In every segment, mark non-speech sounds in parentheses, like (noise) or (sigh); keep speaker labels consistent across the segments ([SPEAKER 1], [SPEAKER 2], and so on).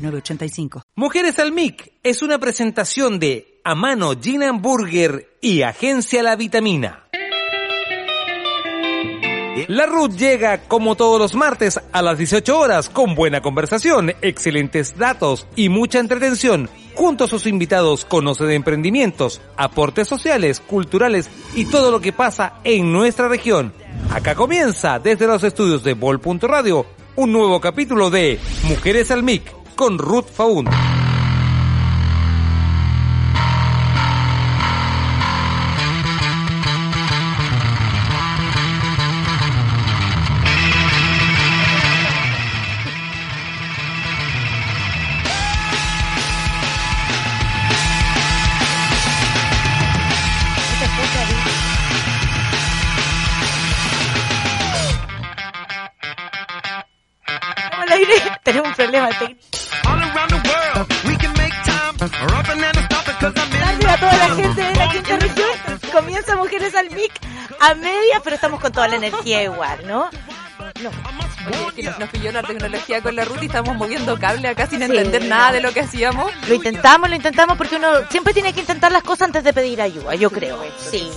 [SPEAKER 1] 985.
[SPEAKER 2] Mujeres al MIC es una presentación de Amano Gin and Burger y Agencia La Vitamina. La Ruth llega como todos los martes a las 18 horas con buena conversación, excelentes datos y mucha entretención. Junto a sus invitados conoce de emprendimientos, aportes sociales, culturales y todo lo que pasa en nuestra región. Acá comienza desde los estudios de Vol.radio un nuevo capítulo de Mujeres al MIC con Ruth Faun.
[SPEAKER 3] al aire. (laughs) Tenemos un problema técnico. Tarde a toda la gente de la quinta región. Comienza Mujeres al Mic a media, pero estamos con toda la energía igual, ¿no? No.
[SPEAKER 4] Oye, es que nos, nos pilló la tecnología con la ruta y estábamos moviendo cable acá sin entender nada de lo que hacíamos.
[SPEAKER 3] Lo intentamos, lo intentamos porque uno siempre tiene que intentar las cosas antes de pedir ayuda, yo creo. Sí,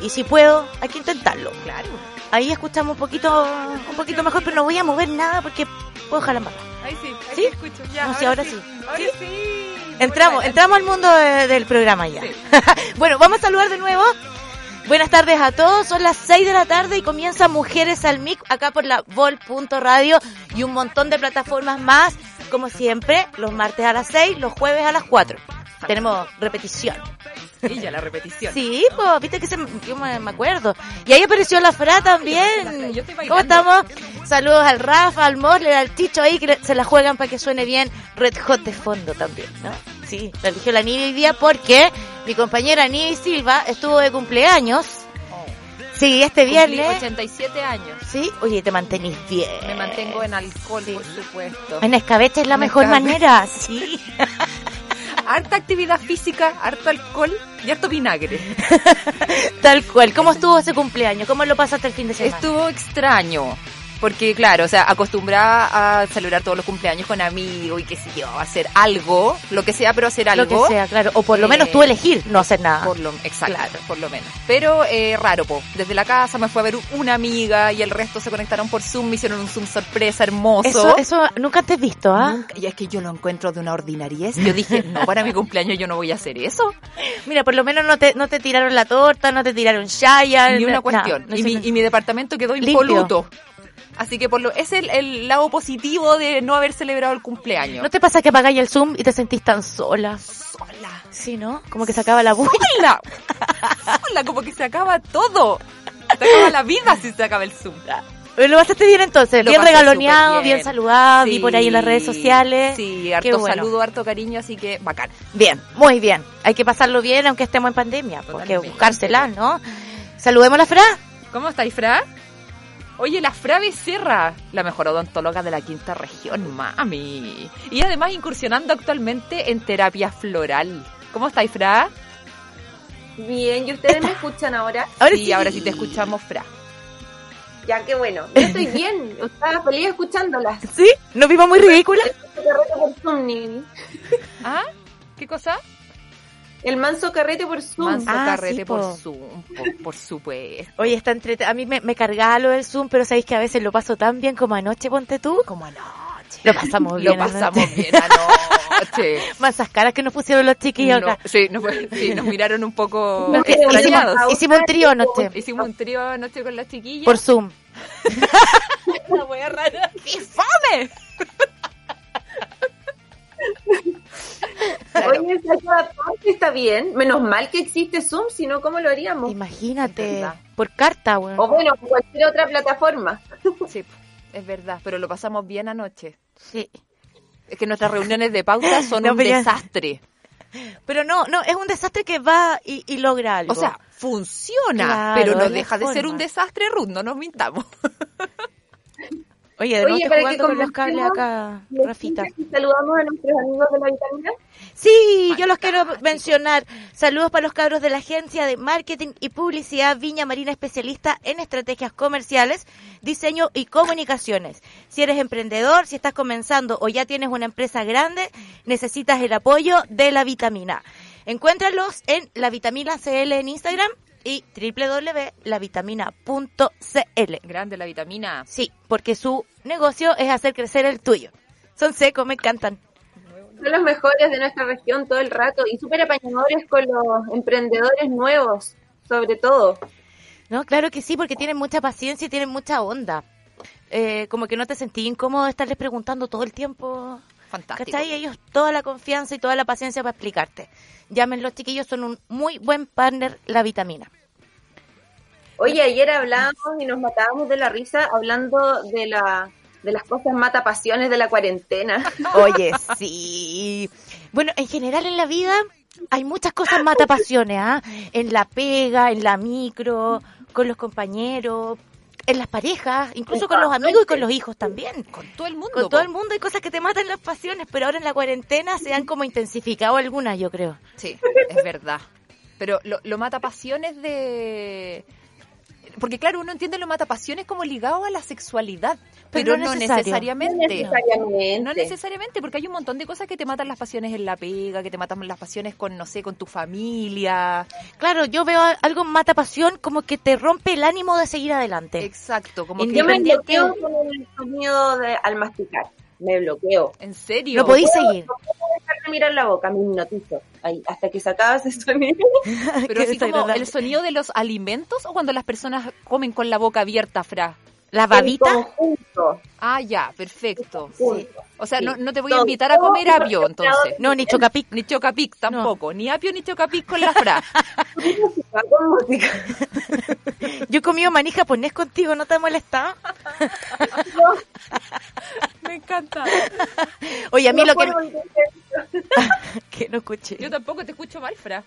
[SPEAKER 3] y si puedo, hay que intentarlo. Claro. Ahí escuchamos un poquito, un poquito mejor, pero no voy a mover nada porque puedo jalar más.
[SPEAKER 4] Ahí sí, ahí
[SPEAKER 3] ¿Sí?
[SPEAKER 4] te escucho. Ya,
[SPEAKER 3] No, sí, ahora sí.
[SPEAKER 4] Ahora
[SPEAKER 3] ¿Sí?
[SPEAKER 4] sí.
[SPEAKER 3] Entramos,
[SPEAKER 4] Bueno,
[SPEAKER 3] entramos al mundo de- del programa ya. (laughs)
[SPEAKER 4] Sí.
[SPEAKER 3] bueno, vamos a saludar de nuevo. Buenas tardes a todos, son las 6 de la tarde y comienza Mujeres al MIC acá por la Vol.radio y un montón de plataformas más, como siempre, los martes a las 6, los jueves a las 4. Tenemos repetición.
[SPEAKER 4] Y ya la repetición.
[SPEAKER 3] Sí, pues, viste que se, yo me, me acuerdo. Y ahí apareció la Fra
[SPEAKER 4] La Fra,
[SPEAKER 3] también.
[SPEAKER 4] yo estoy
[SPEAKER 3] ¿Cómo
[SPEAKER 4] bailando.
[SPEAKER 3] estamos? Saludos al Rafa, al Morler, al Ticho ahí que le- se la juegan para que suene bien Red Hot de fondo también, ¿no? Sí, la eligió la Nidia hoy día porque mi compañera Nidia Silva estuvo de cumpleaños. Sí, este
[SPEAKER 4] Cumplí
[SPEAKER 3] (laughs) viernes.
[SPEAKER 4] 87 años.
[SPEAKER 3] Sí, oye, te mantenís bien.
[SPEAKER 4] Me mantengo en alcohol, por supuesto.
[SPEAKER 3] En escabeche es la
[SPEAKER 4] En
[SPEAKER 3] mejor
[SPEAKER 4] escabeche.
[SPEAKER 3] manera, sí.
[SPEAKER 4] Harta actividad física, harto alcohol y harto vinagre.
[SPEAKER 3] Tal cual. ¿Cómo estuvo ese cumpleaños? ¿Cómo lo pasaste el fin de semana?
[SPEAKER 4] Estuvo extraño. Porque, claro, o sea, acostumbrada a celebrar todos los cumpleaños con amigos y qué sé yo, hacer algo, lo que sea, pero hacer algo.
[SPEAKER 3] Lo que sea, claro. O por lo
[SPEAKER 4] Eh,
[SPEAKER 3] menos tú elegir no hacer nada.
[SPEAKER 4] Por lo, exacto, por lo menos. Pero eh, raro, po. Desde la casa me fue a ver una amiga y el resto se conectaron por Zoom, me hicieron un Zoom sorpresa hermoso.
[SPEAKER 3] Eso, eso nunca te he visto, ¿ah?
[SPEAKER 4] Nunca- y es que yo lo encuentro de una ordinariez. Yo dije, no, para mi cumpleaños yo no voy a hacer eso.
[SPEAKER 3] Mira, por lo menos no te, no te tiraron la torta, no te tiraron Shaya.
[SPEAKER 4] Ni
[SPEAKER 3] na-
[SPEAKER 4] una cuestión.
[SPEAKER 3] na- no
[SPEAKER 4] y,
[SPEAKER 3] sé,
[SPEAKER 4] mi,
[SPEAKER 3] no-
[SPEAKER 4] y mi departamento quedó
[SPEAKER 3] Limpio.
[SPEAKER 4] impoluto. Así que por lo, es el, el lado positivo de no haber celebrado el cumpleaños.
[SPEAKER 3] ¿No te pasa que apagáis el Zoom y te sentís tan sola?
[SPEAKER 4] Sola.
[SPEAKER 3] Sí, ¿no? Como que se acaba la bulla.
[SPEAKER 4] Sola. Sola, como que se acaba todo. Se acaba la vida si se acaba el Zoom.
[SPEAKER 3] Pero (laughs) Lo pasaste bien entonces,
[SPEAKER 4] Lo
[SPEAKER 3] bien
[SPEAKER 4] pasé
[SPEAKER 3] regaloneado,
[SPEAKER 4] súper
[SPEAKER 3] bien, saludado, vi por ahí en las redes sociales.
[SPEAKER 4] Sí,
[SPEAKER 3] Qué
[SPEAKER 4] harto
[SPEAKER 3] bueno.
[SPEAKER 4] saludo, harto cariño, así que bacán.
[SPEAKER 3] Bien, muy bien. Hay que pasarlo bien aunque estemos en pandemia, porque
[SPEAKER 4] Totalmente.
[SPEAKER 3] buscársela, ¿no? Saludemos a la Fra.
[SPEAKER 4] ¿Cómo estáis, Fra? Oye, la Fra Becerra, la mejor odontóloga de la quinta región, mami. Y además incursionando actualmente en terapia floral. ¿Cómo estáis, Fra?
[SPEAKER 5] Bien, ¿y ustedes me escuchan ahora?
[SPEAKER 3] Ahora
[SPEAKER 4] sí, ahora sí te escuchamos, Fra.
[SPEAKER 5] Ya, qué bueno. Yo
[SPEAKER 4] (laughs)
[SPEAKER 5] estoy bien, estaba feliz escuchándolas.
[SPEAKER 3] ¿Sí? ¿Nos vimos muy ridícula?
[SPEAKER 5] Este carrete por Zoom, Nini.
[SPEAKER 4] ¿Ah? ¿Qué cosa?
[SPEAKER 5] El manso carrete por Zoom.
[SPEAKER 4] Manso
[SPEAKER 3] Ah,
[SPEAKER 4] carrete
[SPEAKER 3] sí, po.
[SPEAKER 4] por Zoom, por, por supuesto.
[SPEAKER 3] Oye, está entre... A mí me, me cargaba lo del Zoom, pero sabéis que a veces lo paso tan bien como anoche, ponte tú.
[SPEAKER 4] Como anoche.
[SPEAKER 3] Lo pasamos bien.
[SPEAKER 4] (laughs) Lo pasamos bien anoche.
[SPEAKER 3] (laughs) Más esas caras que nos pusieron los chiquillos
[SPEAKER 4] No,
[SPEAKER 3] acá.
[SPEAKER 4] sí, no fue- sí, nos miraron un poco
[SPEAKER 5] No,
[SPEAKER 3] Hicimos-
[SPEAKER 4] extrañados.
[SPEAKER 3] Hicimos un trío anoche.
[SPEAKER 4] Hicimos un trío anoche con las chiquillas.
[SPEAKER 3] Por Zoom.
[SPEAKER 4] una wea rara. ¡Qué fome! Claro.
[SPEAKER 5] Oye, Sasha, todo está bien. Menos mal que existe Zoom, si no, ¿cómo lo haríamos?
[SPEAKER 3] Imagínate.
[SPEAKER 4] Es verdad.
[SPEAKER 3] Por carta, weón.
[SPEAKER 5] O bueno, cualquier otra plataforma.
[SPEAKER 4] Sí, es verdad, pero lo pasamos bien anoche.
[SPEAKER 3] Sí.
[SPEAKER 4] Es que nuestras reuniones de pauta son
[SPEAKER 3] No,
[SPEAKER 4] un
[SPEAKER 3] pero ya-
[SPEAKER 4] desastre.
[SPEAKER 3] Pero no, no, es un desastre que va y, y logra algo.
[SPEAKER 4] O sea, funciona,
[SPEAKER 3] Claro,
[SPEAKER 4] pero no
[SPEAKER 3] es la
[SPEAKER 4] deja de ser
[SPEAKER 3] forma.
[SPEAKER 4] un desastre, Ruth, no nos mintamos. (laughs)
[SPEAKER 3] oye, de
[SPEAKER 5] Oye,
[SPEAKER 3] nuevo estoy
[SPEAKER 5] para que
[SPEAKER 3] jugando con los cables
[SPEAKER 5] conversemos,
[SPEAKER 3] acá,
[SPEAKER 5] ¿Les
[SPEAKER 3] Rafita.
[SPEAKER 5] tinca si saludamos a nuestros amigos de la vitamina.
[SPEAKER 3] Sí, yo los quiero mencionar. Saludos para los cabros de la agencia de marketing y publicidad Viña Marina, especialista en estrategias comerciales, diseño y comunicaciones. Si eres emprendedor, si estás comenzando o ya tienes una empresa grande, necesitas el apoyo de la vitamina. Encuéntralos en la vitamina CL en Instagram y www.lavitamina.cl.
[SPEAKER 4] Grande la vitamina.
[SPEAKER 3] Sí, porque su negocio es hacer crecer el tuyo. Son secos, me encantan.
[SPEAKER 5] Son los mejores de nuestra región todo el rato y súper apañadores con los emprendedores nuevos, sobre todo.
[SPEAKER 3] No, claro que sí, porque tienen mucha paciencia y tienen mucha onda. Eh, como que no te sentí incómodo de estarles preguntando todo el tiempo.
[SPEAKER 4] Fantástico.
[SPEAKER 3] ¿Cachai? Ellos toda la confianza y toda la paciencia para explicarte. Llámenlos, chiquillos, son un muy buen partner, la vitamina.
[SPEAKER 5] Oye, ayer hablábamos y nos matábamos de la risa hablando de la de las cosas mata pasiones de la cuarentena.
[SPEAKER 3] (laughs) Oye, sí. Bueno, en general en la vida hay muchas cosas mata pasiones, ¿ah? En la pega, en la micro, con los compañeros, en las parejas, incluso con los amigos y con los hijos también.
[SPEAKER 4] Con todo el mundo.
[SPEAKER 3] Con todo
[SPEAKER 4] po.
[SPEAKER 3] el mundo hay cosas que te matan las pasiones, pero ahora en la cuarentena se han como intensificado algunas, yo creo.
[SPEAKER 4] Sí, es verdad. Pero lo, lo mata pasiones de... Porque claro, uno entiende lo mata pasiones como ligado a la sexualidad,
[SPEAKER 3] Pero
[SPEAKER 4] pero,
[SPEAKER 3] no
[SPEAKER 4] no,
[SPEAKER 3] necesario.
[SPEAKER 5] (laughs) No
[SPEAKER 4] necesariamente.
[SPEAKER 5] necesariamente.
[SPEAKER 4] No necesariamente, porque hay un montón de cosas que te matan las pasiones en la pega, que te matan las pasiones con, no sé, con tu familia.
[SPEAKER 3] Claro, yo veo a- algo en mata pasión como que te rompe el ánimo de seguir adelante.
[SPEAKER 4] Exacto, como que...
[SPEAKER 5] Yo me
[SPEAKER 3] Depende que-
[SPEAKER 5] bloqueo con el sonido de, al masticar. Me bloqueo.
[SPEAKER 4] ¿En serio?
[SPEAKER 3] No podéis seguir.
[SPEAKER 5] No puedo dejar de mirar la boca, me hipnotizo. Ahí, hasta que se acaba ese (laughs) sonido.
[SPEAKER 4] (laughs) Pero
[SPEAKER 3] Qué (laughs)
[SPEAKER 4] así como
[SPEAKER 3] desagradable.
[SPEAKER 4] el sonido de los alimentos o cuando las personas comen con la boca abierta, Fra.
[SPEAKER 3] La babita.
[SPEAKER 5] En conjunto,
[SPEAKER 4] Ah, ya, perfecto.
[SPEAKER 5] junto.
[SPEAKER 4] O sea,
[SPEAKER 5] Sí.
[SPEAKER 4] no, no te voy a
[SPEAKER 5] Todo-
[SPEAKER 4] invitar a
[SPEAKER 5] todo
[SPEAKER 4] comer apio,
[SPEAKER 5] concentrado
[SPEAKER 4] entonces.
[SPEAKER 3] No, ni chocapic.
[SPEAKER 4] Ni chocapic tampoco. Ni apio ni chocapic con la Fra.
[SPEAKER 5] Con música, con música.
[SPEAKER 3] Yo he comido maní japonés contigo, ¿no te molesta?
[SPEAKER 4] (laughs) Me encanta.
[SPEAKER 3] Oye, a mí lo
[SPEAKER 5] No
[SPEAKER 3] que,
[SPEAKER 5] puedo entender
[SPEAKER 3] (laughs) que no escuché.
[SPEAKER 4] Yo tampoco te escucho mal, Fra.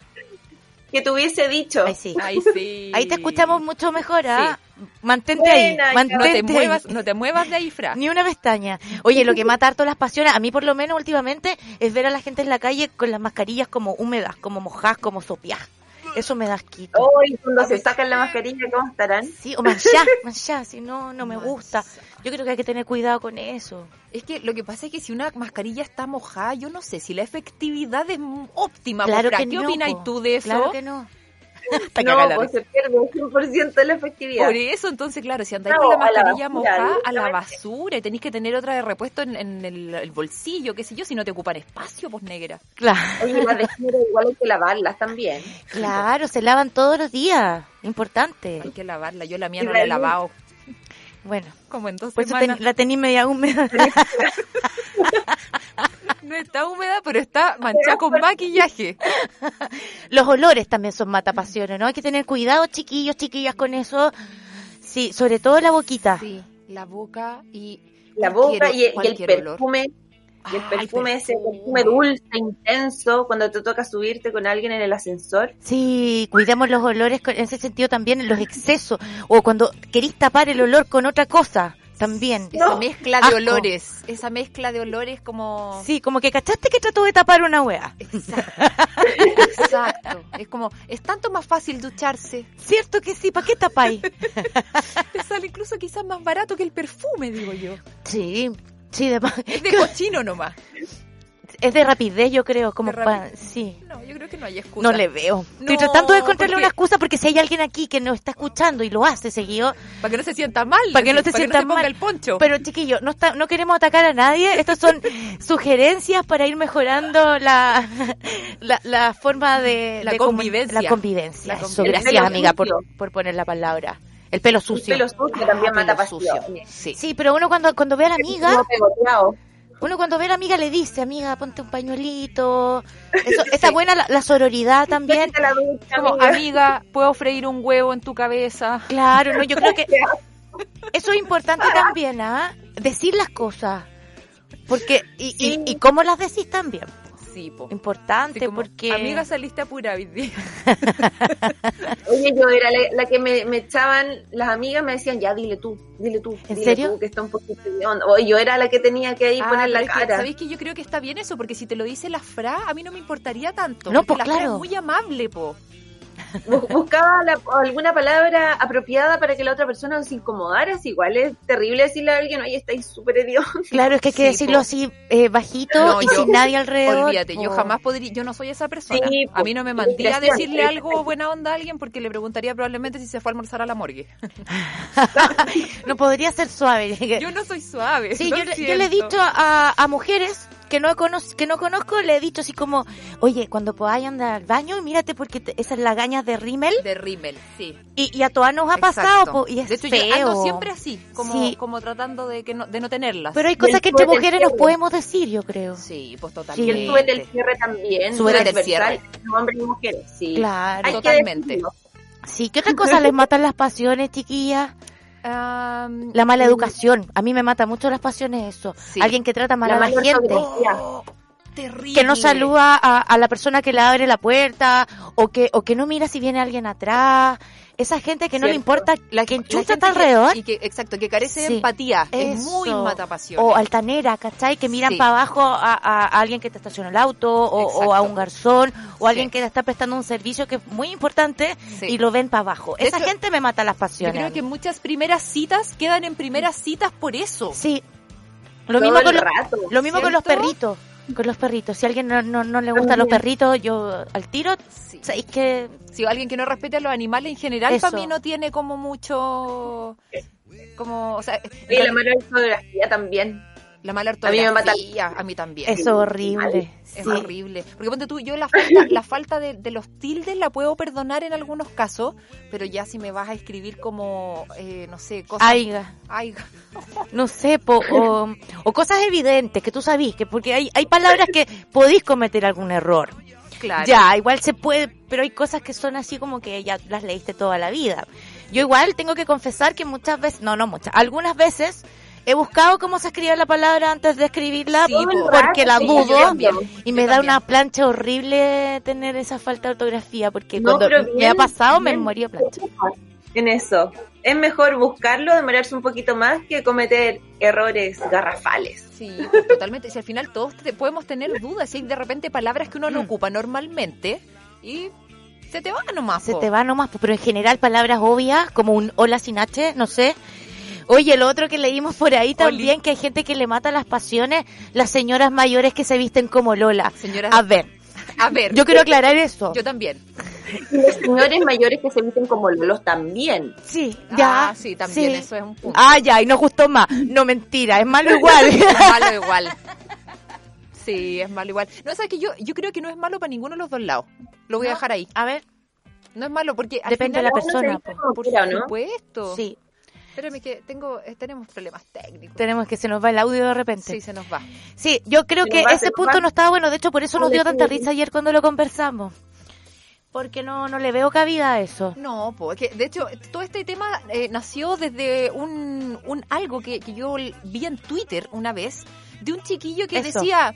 [SPEAKER 5] Que te hubiese dicho.
[SPEAKER 3] Ay, sí.
[SPEAKER 4] (laughs) Ahí sí.
[SPEAKER 3] Ahí te escuchamos mucho mejor, ¿ah? Mantente ahí,
[SPEAKER 5] Buena, ya.
[SPEAKER 4] No te,
[SPEAKER 3] mantente ahí.
[SPEAKER 4] muevas, no te muevas de
[SPEAKER 3] (laughs)
[SPEAKER 4] ahí, Fra.
[SPEAKER 3] Ni una pestaña. Oye, lo que mata harto las pasiones, a mí por lo menos últimamente, es ver a la gente en la calle con las mascarillas como húmedas, como mojadas, como sopiadas. Eso me da asquito.
[SPEAKER 5] Hoy, cuando se sacan la mascarilla, ¿cómo estarán?
[SPEAKER 3] Sí, o (laughs) manchá, manchá, si no, no me gusta. Yo creo que hay que tener cuidado con eso.
[SPEAKER 4] Es que lo que pasa es que si una mascarilla está mojada, yo no sé si la efectividad es m- óptima.
[SPEAKER 3] claro
[SPEAKER 4] Fra.
[SPEAKER 3] que
[SPEAKER 4] ¿Qué
[SPEAKER 3] no,
[SPEAKER 4] opinas
[SPEAKER 3] po.
[SPEAKER 4] tú de eso?
[SPEAKER 3] Claro que no. Está cagada
[SPEAKER 5] No,
[SPEAKER 3] la
[SPEAKER 5] pues
[SPEAKER 3] risa.
[SPEAKER 5] se pierde 100% la efectividad.
[SPEAKER 4] Por eso, entonces, claro, si andáis
[SPEAKER 5] No,
[SPEAKER 4] con la
[SPEAKER 5] a la
[SPEAKER 4] mascarilla
[SPEAKER 5] basura,
[SPEAKER 4] mojada a la
[SPEAKER 5] directamente.
[SPEAKER 4] basura y tenéis que tener otra de repuesto en, en el, el bolsillo, qué sé yo, si no te ocupan espacio, pues negra.
[SPEAKER 3] Claro,
[SPEAKER 5] Oye, las de género igual hay que lavarlas también.
[SPEAKER 3] claro, se lavan todos los días. Importante.
[SPEAKER 4] Hay que lavarla, yo la mía
[SPEAKER 5] Y
[SPEAKER 4] no
[SPEAKER 5] la
[SPEAKER 4] la he
[SPEAKER 5] luz.
[SPEAKER 4] lavado
[SPEAKER 3] Bueno,
[SPEAKER 4] como en dos
[SPEAKER 3] por eso
[SPEAKER 4] semanas.
[SPEAKER 3] ten- la tenía media húmeda. (laughs)
[SPEAKER 4] No está húmeda, pero está manchada con maquillaje.
[SPEAKER 3] Los olores también son matapasiones, ¿no? Hay que tener cuidado, chiquillos, chiquillas, con eso. Sí, sobre todo la boquita.
[SPEAKER 4] Sí, la boca y
[SPEAKER 5] La
[SPEAKER 4] cualquier-
[SPEAKER 5] boca y, y el
[SPEAKER 4] cualquier olor.
[SPEAKER 5] perfume. Y el
[SPEAKER 4] Ah,
[SPEAKER 5] perfume, ese
[SPEAKER 4] perfume.
[SPEAKER 5] perfume dulce, intenso, cuando te toca subirte con alguien en el ascensor.
[SPEAKER 3] Sí, cuidamos los olores con- en ese sentido también, los excesos. O cuando querís tapar el olor con otra cosa, también.
[SPEAKER 4] Esa mezcla de
[SPEAKER 3] Asco.
[SPEAKER 4] olores, esa mezcla de olores como...
[SPEAKER 3] Sí, como que cachaste que trató de tapar una wea.
[SPEAKER 4] Exacto. Exacto. Es como, es tanto más fácil ducharse.
[SPEAKER 3] Cierto que sí, ¿para qué
[SPEAKER 4] (laughs)
[SPEAKER 3] tapáis?
[SPEAKER 4] Te sale incluso quizás más barato que el perfume, digo yo.
[SPEAKER 3] Sí, sí, de, pa-
[SPEAKER 4] Es de cochino nomás.
[SPEAKER 3] es de rapidez, yo creo, como
[SPEAKER 4] De
[SPEAKER 3] pa-
[SPEAKER 4] rapidez.
[SPEAKER 3] sí.
[SPEAKER 4] No, yo creo que no hay excusa.
[SPEAKER 3] No le veo. Estoy
[SPEAKER 4] No,
[SPEAKER 3] tratando de encontrarle
[SPEAKER 4] porque-
[SPEAKER 3] una excusa porque si hay alguien aquí que nos está escuchando y lo hace seguido,
[SPEAKER 4] Para que no se sienta mal. (laughs)
[SPEAKER 3] Para que no te
[SPEAKER 4] para
[SPEAKER 3] sientas
[SPEAKER 4] que no se ponga
[SPEAKER 3] mal.
[SPEAKER 4] el poncho.
[SPEAKER 3] Pero chiquillo, no está, no queremos atacar a nadie. Estas
[SPEAKER 4] (laughs)
[SPEAKER 3] son sugerencias para ir mejorando la, (laughs) la, la forma de
[SPEAKER 4] La
[SPEAKER 3] de comu-
[SPEAKER 4] convivencia.
[SPEAKER 3] La convivencia.
[SPEAKER 4] La
[SPEAKER 3] Eso,
[SPEAKER 4] convivencia.
[SPEAKER 5] El
[SPEAKER 3] gracias
[SPEAKER 5] pelo
[SPEAKER 3] amiga por,
[SPEAKER 5] sucio.
[SPEAKER 3] por poner la palabra. El pelo
[SPEAKER 5] El
[SPEAKER 3] sucio.
[SPEAKER 5] pelo sucio también
[SPEAKER 3] Ah,
[SPEAKER 5] mata
[SPEAKER 3] pelo
[SPEAKER 5] pasiones.
[SPEAKER 4] Sí.
[SPEAKER 3] Sí, pero uno cuando cuando ve a la amiga,
[SPEAKER 5] Como pegoteado.
[SPEAKER 3] uno cuando ve a la amiga le dice, amiga, ponte un
[SPEAKER 4] (laughs)
[SPEAKER 3] pañuelito. Eso, esa buena la, la sororidad también.
[SPEAKER 5] Vete a la ducha,
[SPEAKER 4] Como,
[SPEAKER 5] amiga.
[SPEAKER 4] amiga, puedo freír un huevo en tu cabeza.
[SPEAKER 3] Claro,
[SPEAKER 4] (laughs)
[SPEAKER 3] no, yo creo que eso es importante también, ¿ah? Decir las cosas. Porque, y, y, y cómo las decís también.
[SPEAKER 4] Sí, po.
[SPEAKER 3] Importante,
[SPEAKER 4] Así como,
[SPEAKER 3] porque...
[SPEAKER 4] Amiga, saliste apurada hoy día.
[SPEAKER 5] Oye, yo era la, la que me, me echaban, las amigas me decían, ya dile tú, dile tú.
[SPEAKER 3] ¿En
[SPEAKER 5] dile
[SPEAKER 3] serio?
[SPEAKER 5] tú, que está un poquito de onda. O yo era la que tenía que ahí
[SPEAKER 4] Ah,
[SPEAKER 5] poner la
[SPEAKER 4] pero es que,
[SPEAKER 5] cara.
[SPEAKER 4] ¿Sabéis que yo creo que está bien eso? Porque si te lo dice la Fra, a mí no me importaría tanto.
[SPEAKER 3] No,
[SPEAKER 4] porque
[SPEAKER 3] po,
[SPEAKER 4] la Fra
[SPEAKER 3] claro.
[SPEAKER 4] es muy amable, po.
[SPEAKER 5] Bus- Buscaba la- alguna palabra apropiada para que la otra persona no se incomodara. Es igual, es terrible decirle a alguien, oye, estáis súper hediondo.
[SPEAKER 3] Claro, es que hay que
[SPEAKER 4] Sí,
[SPEAKER 3] decirlo
[SPEAKER 4] po.
[SPEAKER 3] así eh, bajito
[SPEAKER 4] No,
[SPEAKER 3] y
[SPEAKER 4] yo-
[SPEAKER 3] sin nadie alrededor.
[SPEAKER 4] Olvídate, yo
[SPEAKER 3] po.
[SPEAKER 4] jamás podría, yo no soy esa persona.
[SPEAKER 5] Sí,
[SPEAKER 4] a mí no me
[SPEAKER 5] po,
[SPEAKER 4] mantía
[SPEAKER 5] desgraciada.
[SPEAKER 4] decirle algo buena onda a alguien porque le preguntaría probablemente si se fue a almorzar a la morgue.
[SPEAKER 3] No podría ser suave.
[SPEAKER 4] (laughs) Yo no soy
[SPEAKER 3] (laughs)
[SPEAKER 4] suave.
[SPEAKER 3] Sí,
[SPEAKER 4] lo
[SPEAKER 3] yo, le- yo le he
[SPEAKER 4] siento.
[SPEAKER 3] dicho a, a mujeres que no, conoz- que no conozco, le he dicho así como, oye, cuando podáis andar al baño, mírate porque te- esas lagañas de rímel
[SPEAKER 4] de Rimmel, sí.
[SPEAKER 3] y, y a todas nos ha pasado, po, y es
[SPEAKER 4] de hecho,
[SPEAKER 3] feo.
[SPEAKER 4] yo ando siempre así, como,
[SPEAKER 3] Sí.
[SPEAKER 4] como tratando de que no, de no tenerlas.
[SPEAKER 3] Pero hay
[SPEAKER 5] Y
[SPEAKER 3] cosas
[SPEAKER 5] el
[SPEAKER 3] que entre
[SPEAKER 5] sube del
[SPEAKER 3] mujeres nos
[SPEAKER 5] cierre.
[SPEAKER 3] podemos decir, yo creo.
[SPEAKER 4] sí, pues
[SPEAKER 5] Y
[SPEAKER 4] totalmente.
[SPEAKER 5] el súbete el cierre también.
[SPEAKER 4] Súbete el
[SPEAKER 5] transversal,
[SPEAKER 4] cierre.
[SPEAKER 5] Hombres y mujeres, sí.
[SPEAKER 3] Claro.
[SPEAKER 5] Hay que
[SPEAKER 4] Totalmente.
[SPEAKER 5] decirlo.
[SPEAKER 3] Sí, ¿qué otra cosa les matan las pasiones, chiquillas?
[SPEAKER 4] Am,
[SPEAKER 3] La
[SPEAKER 4] (laughs)
[SPEAKER 3] mala educación. A mí me mata mucho las pasiones eso.
[SPEAKER 4] Sí.
[SPEAKER 3] Alguien que trata mal
[SPEAKER 5] La
[SPEAKER 3] a la
[SPEAKER 5] mala
[SPEAKER 3] gente.
[SPEAKER 5] educación.
[SPEAKER 4] oh, terrible.
[SPEAKER 3] Que no saluda a, a la persona que le abre la puerta o que, o que no mira si viene alguien atrás. Esa gente que no le
[SPEAKER 5] Cierto.
[SPEAKER 3] importa, la que
[SPEAKER 4] La
[SPEAKER 3] enchucha
[SPEAKER 4] gente
[SPEAKER 3] está alrededor.
[SPEAKER 4] que- y que, exacto, que carece
[SPEAKER 3] Sí.
[SPEAKER 4] de empatía. Es
[SPEAKER 3] Eso.
[SPEAKER 4] muy matapasión.
[SPEAKER 3] O altanera, ¿cachai? Que miran
[SPEAKER 4] Sí.
[SPEAKER 3] para abajo a, a alguien que te estaciona el auto o,
[SPEAKER 4] Exacto.
[SPEAKER 3] o a un garzón o
[SPEAKER 4] Sí.
[SPEAKER 3] alguien que te está prestando un servicio que es muy importante
[SPEAKER 4] Sí.
[SPEAKER 3] y lo ven para abajo.
[SPEAKER 4] De
[SPEAKER 3] Esa
[SPEAKER 4] hecho,
[SPEAKER 3] gente me mata las
[SPEAKER 4] Yo
[SPEAKER 3] pasiones.
[SPEAKER 4] creo que muchas primeras citas quedan en primeras citas por eso.
[SPEAKER 3] Sí. Lo
[SPEAKER 5] Todo
[SPEAKER 3] mismo,
[SPEAKER 5] el
[SPEAKER 3] con los,
[SPEAKER 5] rato.
[SPEAKER 3] lo mismo con los
[SPEAKER 4] ¿Cierto?
[SPEAKER 3] perritos. Con los perritos. Si a alguien no, no, no le gustan los perritos, yo al tiro,
[SPEAKER 4] Sí.
[SPEAKER 3] ¿sabéis que
[SPEAKER 4] Si alguien que no respete a los animales en general,
[SPEAKER 3] Eso.
[SPEAKER 4] para mí no tiene como mucho... Como, o sea,
[SPEAKER 5] Y la mala ortografía también.
[SPEAKER 4] la mala
[SPEAKER 5] a mí
[SPEAKER 4] ortografía.
[SPEAKER 5] me mata-
[SPEAKER 4] a mí también.
[SPEAKER 3] es horrible?
[SPEAKER 4] Es
[SPEAKER 3] Sí.
[SPEAKER 4] horrible. Porque ponte tú, yo la falta, la falta de, de los tildes la puedo perdonar en algunos casos, pero ya si me vas a escribir como, eh, no sé, cosas...
[SPEAKER 3] Aiga.
[SPEAKER 4] Ay, (laughs)
[SPEAKER 3] no sé, po, o, o cosas evidentes que tú sabís, que porque hay, hay palabras que podís cometer algún error.
[SPEAKER 4] claro.
[SPEAKER 3] Ya, igual se puede, pero hay cosas que son así como que ya las leíste toda la vida. Yo igual tengo que confesar que muchas veces, no, no muchas, algunas veces he buscado cómo se escribía la palabra antes de escribirla
[SPEAKER 4] Sí, po.
[SPEAKER 3] porque la
[SPEAKER 5] Sí, yo
[SPEAKER 3] dudo
[SPEAKER 5] también.
[SPEAKER 3] y me
[SPEAKER 4] yo
[SPEAKER 3] da
[SPEAKER 4] también.
[SPEAKER 3] una plancha horrible tener esa falta de ortografía porque
[SPEAKER 5] No,
[SPEAKER 3] cuando
[SPEAKER 5] pero
[SPEAKER 3] me ha
[SPEAKER 5] bien,
[SPEAKER 3] pasado me
[SPEAKER 5] bien.
[SPEAKER 3] moría plancha.
[SPEAKER 5] en eso. Es mejor buscarlo, demorarse un poquito más que cometer errores garrafales.
[SPEAKER 4] Sí, pues, totalmente. Si al final todos te- podemos tener dudas, si hay de repente palabras que uno no
[SPEAKER 3] Mm.
[SPEAKER 4] ocupa normalmente y se te va nomás.
[SPEAKER 3] Se
[SPEAKER 4] Ah, po.
[SPEAKER 3] te va nomás, po, pero en general palabras obvias como un hola sin H, no sé. Oye, lo otro que leímos por ahí también, que hay gente que le mata las pasiones, las señoras mayores que se visten como Lola.
[SPEAKER 4] Señora,
[SPEAKER 3] A ver,
[SPEAKER 4] a ver, eh,
[SPEAKER 3] Yo quiero aclarar eso.
[SPEAKER 4] yo también.
[SPEAKER 5] Y los señores mayores que se visten como lolos también.
[SPEAKER 3] Sí, ya.
[SPEAKER 4] Ah, sí, también
[SPEAKER 3] sí.
[SPEAKER 4] eso es un punto.
[SPEAKER 3] Ah, ya, y nos gustó más. No, mentira, es malo
[SPEAKER 4] Es
[SPEAKER 3] igual. (laughs)
[SPEAKER 4] malo igual. Sí, es malo igual. No, sabes que yo, yo creo que no es malo para ninguno de los dos lados. Lo voy a
[SPEAKER 3] No.
[SPEAKER 4] dejar ahí.
[SPEAKER 3] A ver,
[SPEAKER 4] No es malo porque al
[SPEAKER 3] Depende de
[SPEAKER 4] final-
[SPEAKER 3] la persona,
[SPEAKER 5] po.
[SPEAKER 4] pues, por
[SPEAKER 5] Mira, ¿no?
[SPEAKER 4] supuesto.
[SPEAKER 3] sí,
[SPEAKER 4] Espérame que tengo, eh, tenemos problemas técnicos.
[SPEAKER 3] tenemos que se nos va el audio de
[SPEAKER 4] Sí,
[SPEAKER 3] repente. Sí,
[SPEAKER 4] se nos va.
[SPEAKER 3] yo creo
[SPEAKER 5] Se
[SPEAKER 3] que
[SPEAKER 5] nos va, se
[SPEAKER 3] ese
[SPEAKER 5] nos
[SPEAKER 3] punto
[SPEAKER 5] va.
[SPEAKER 3] no estaba bueno. De hecho, por eso nos
[SPEAKER 5] Vale,
[SPEAKER 3] dio tanta
[SPEAKER 5] sí.
[SPEAKER 3] risa ayer cuando lo conversamos. Porque no, no le veo cabida a eso.
[SPEAKER 4] No, porque de hecho todo este tema eh, nació desde un, un algo que, que yo l- vi en Twitter una vez de un chiquillo que
[SPEAKER 3] Eso.
[SPEAKER 4] decía,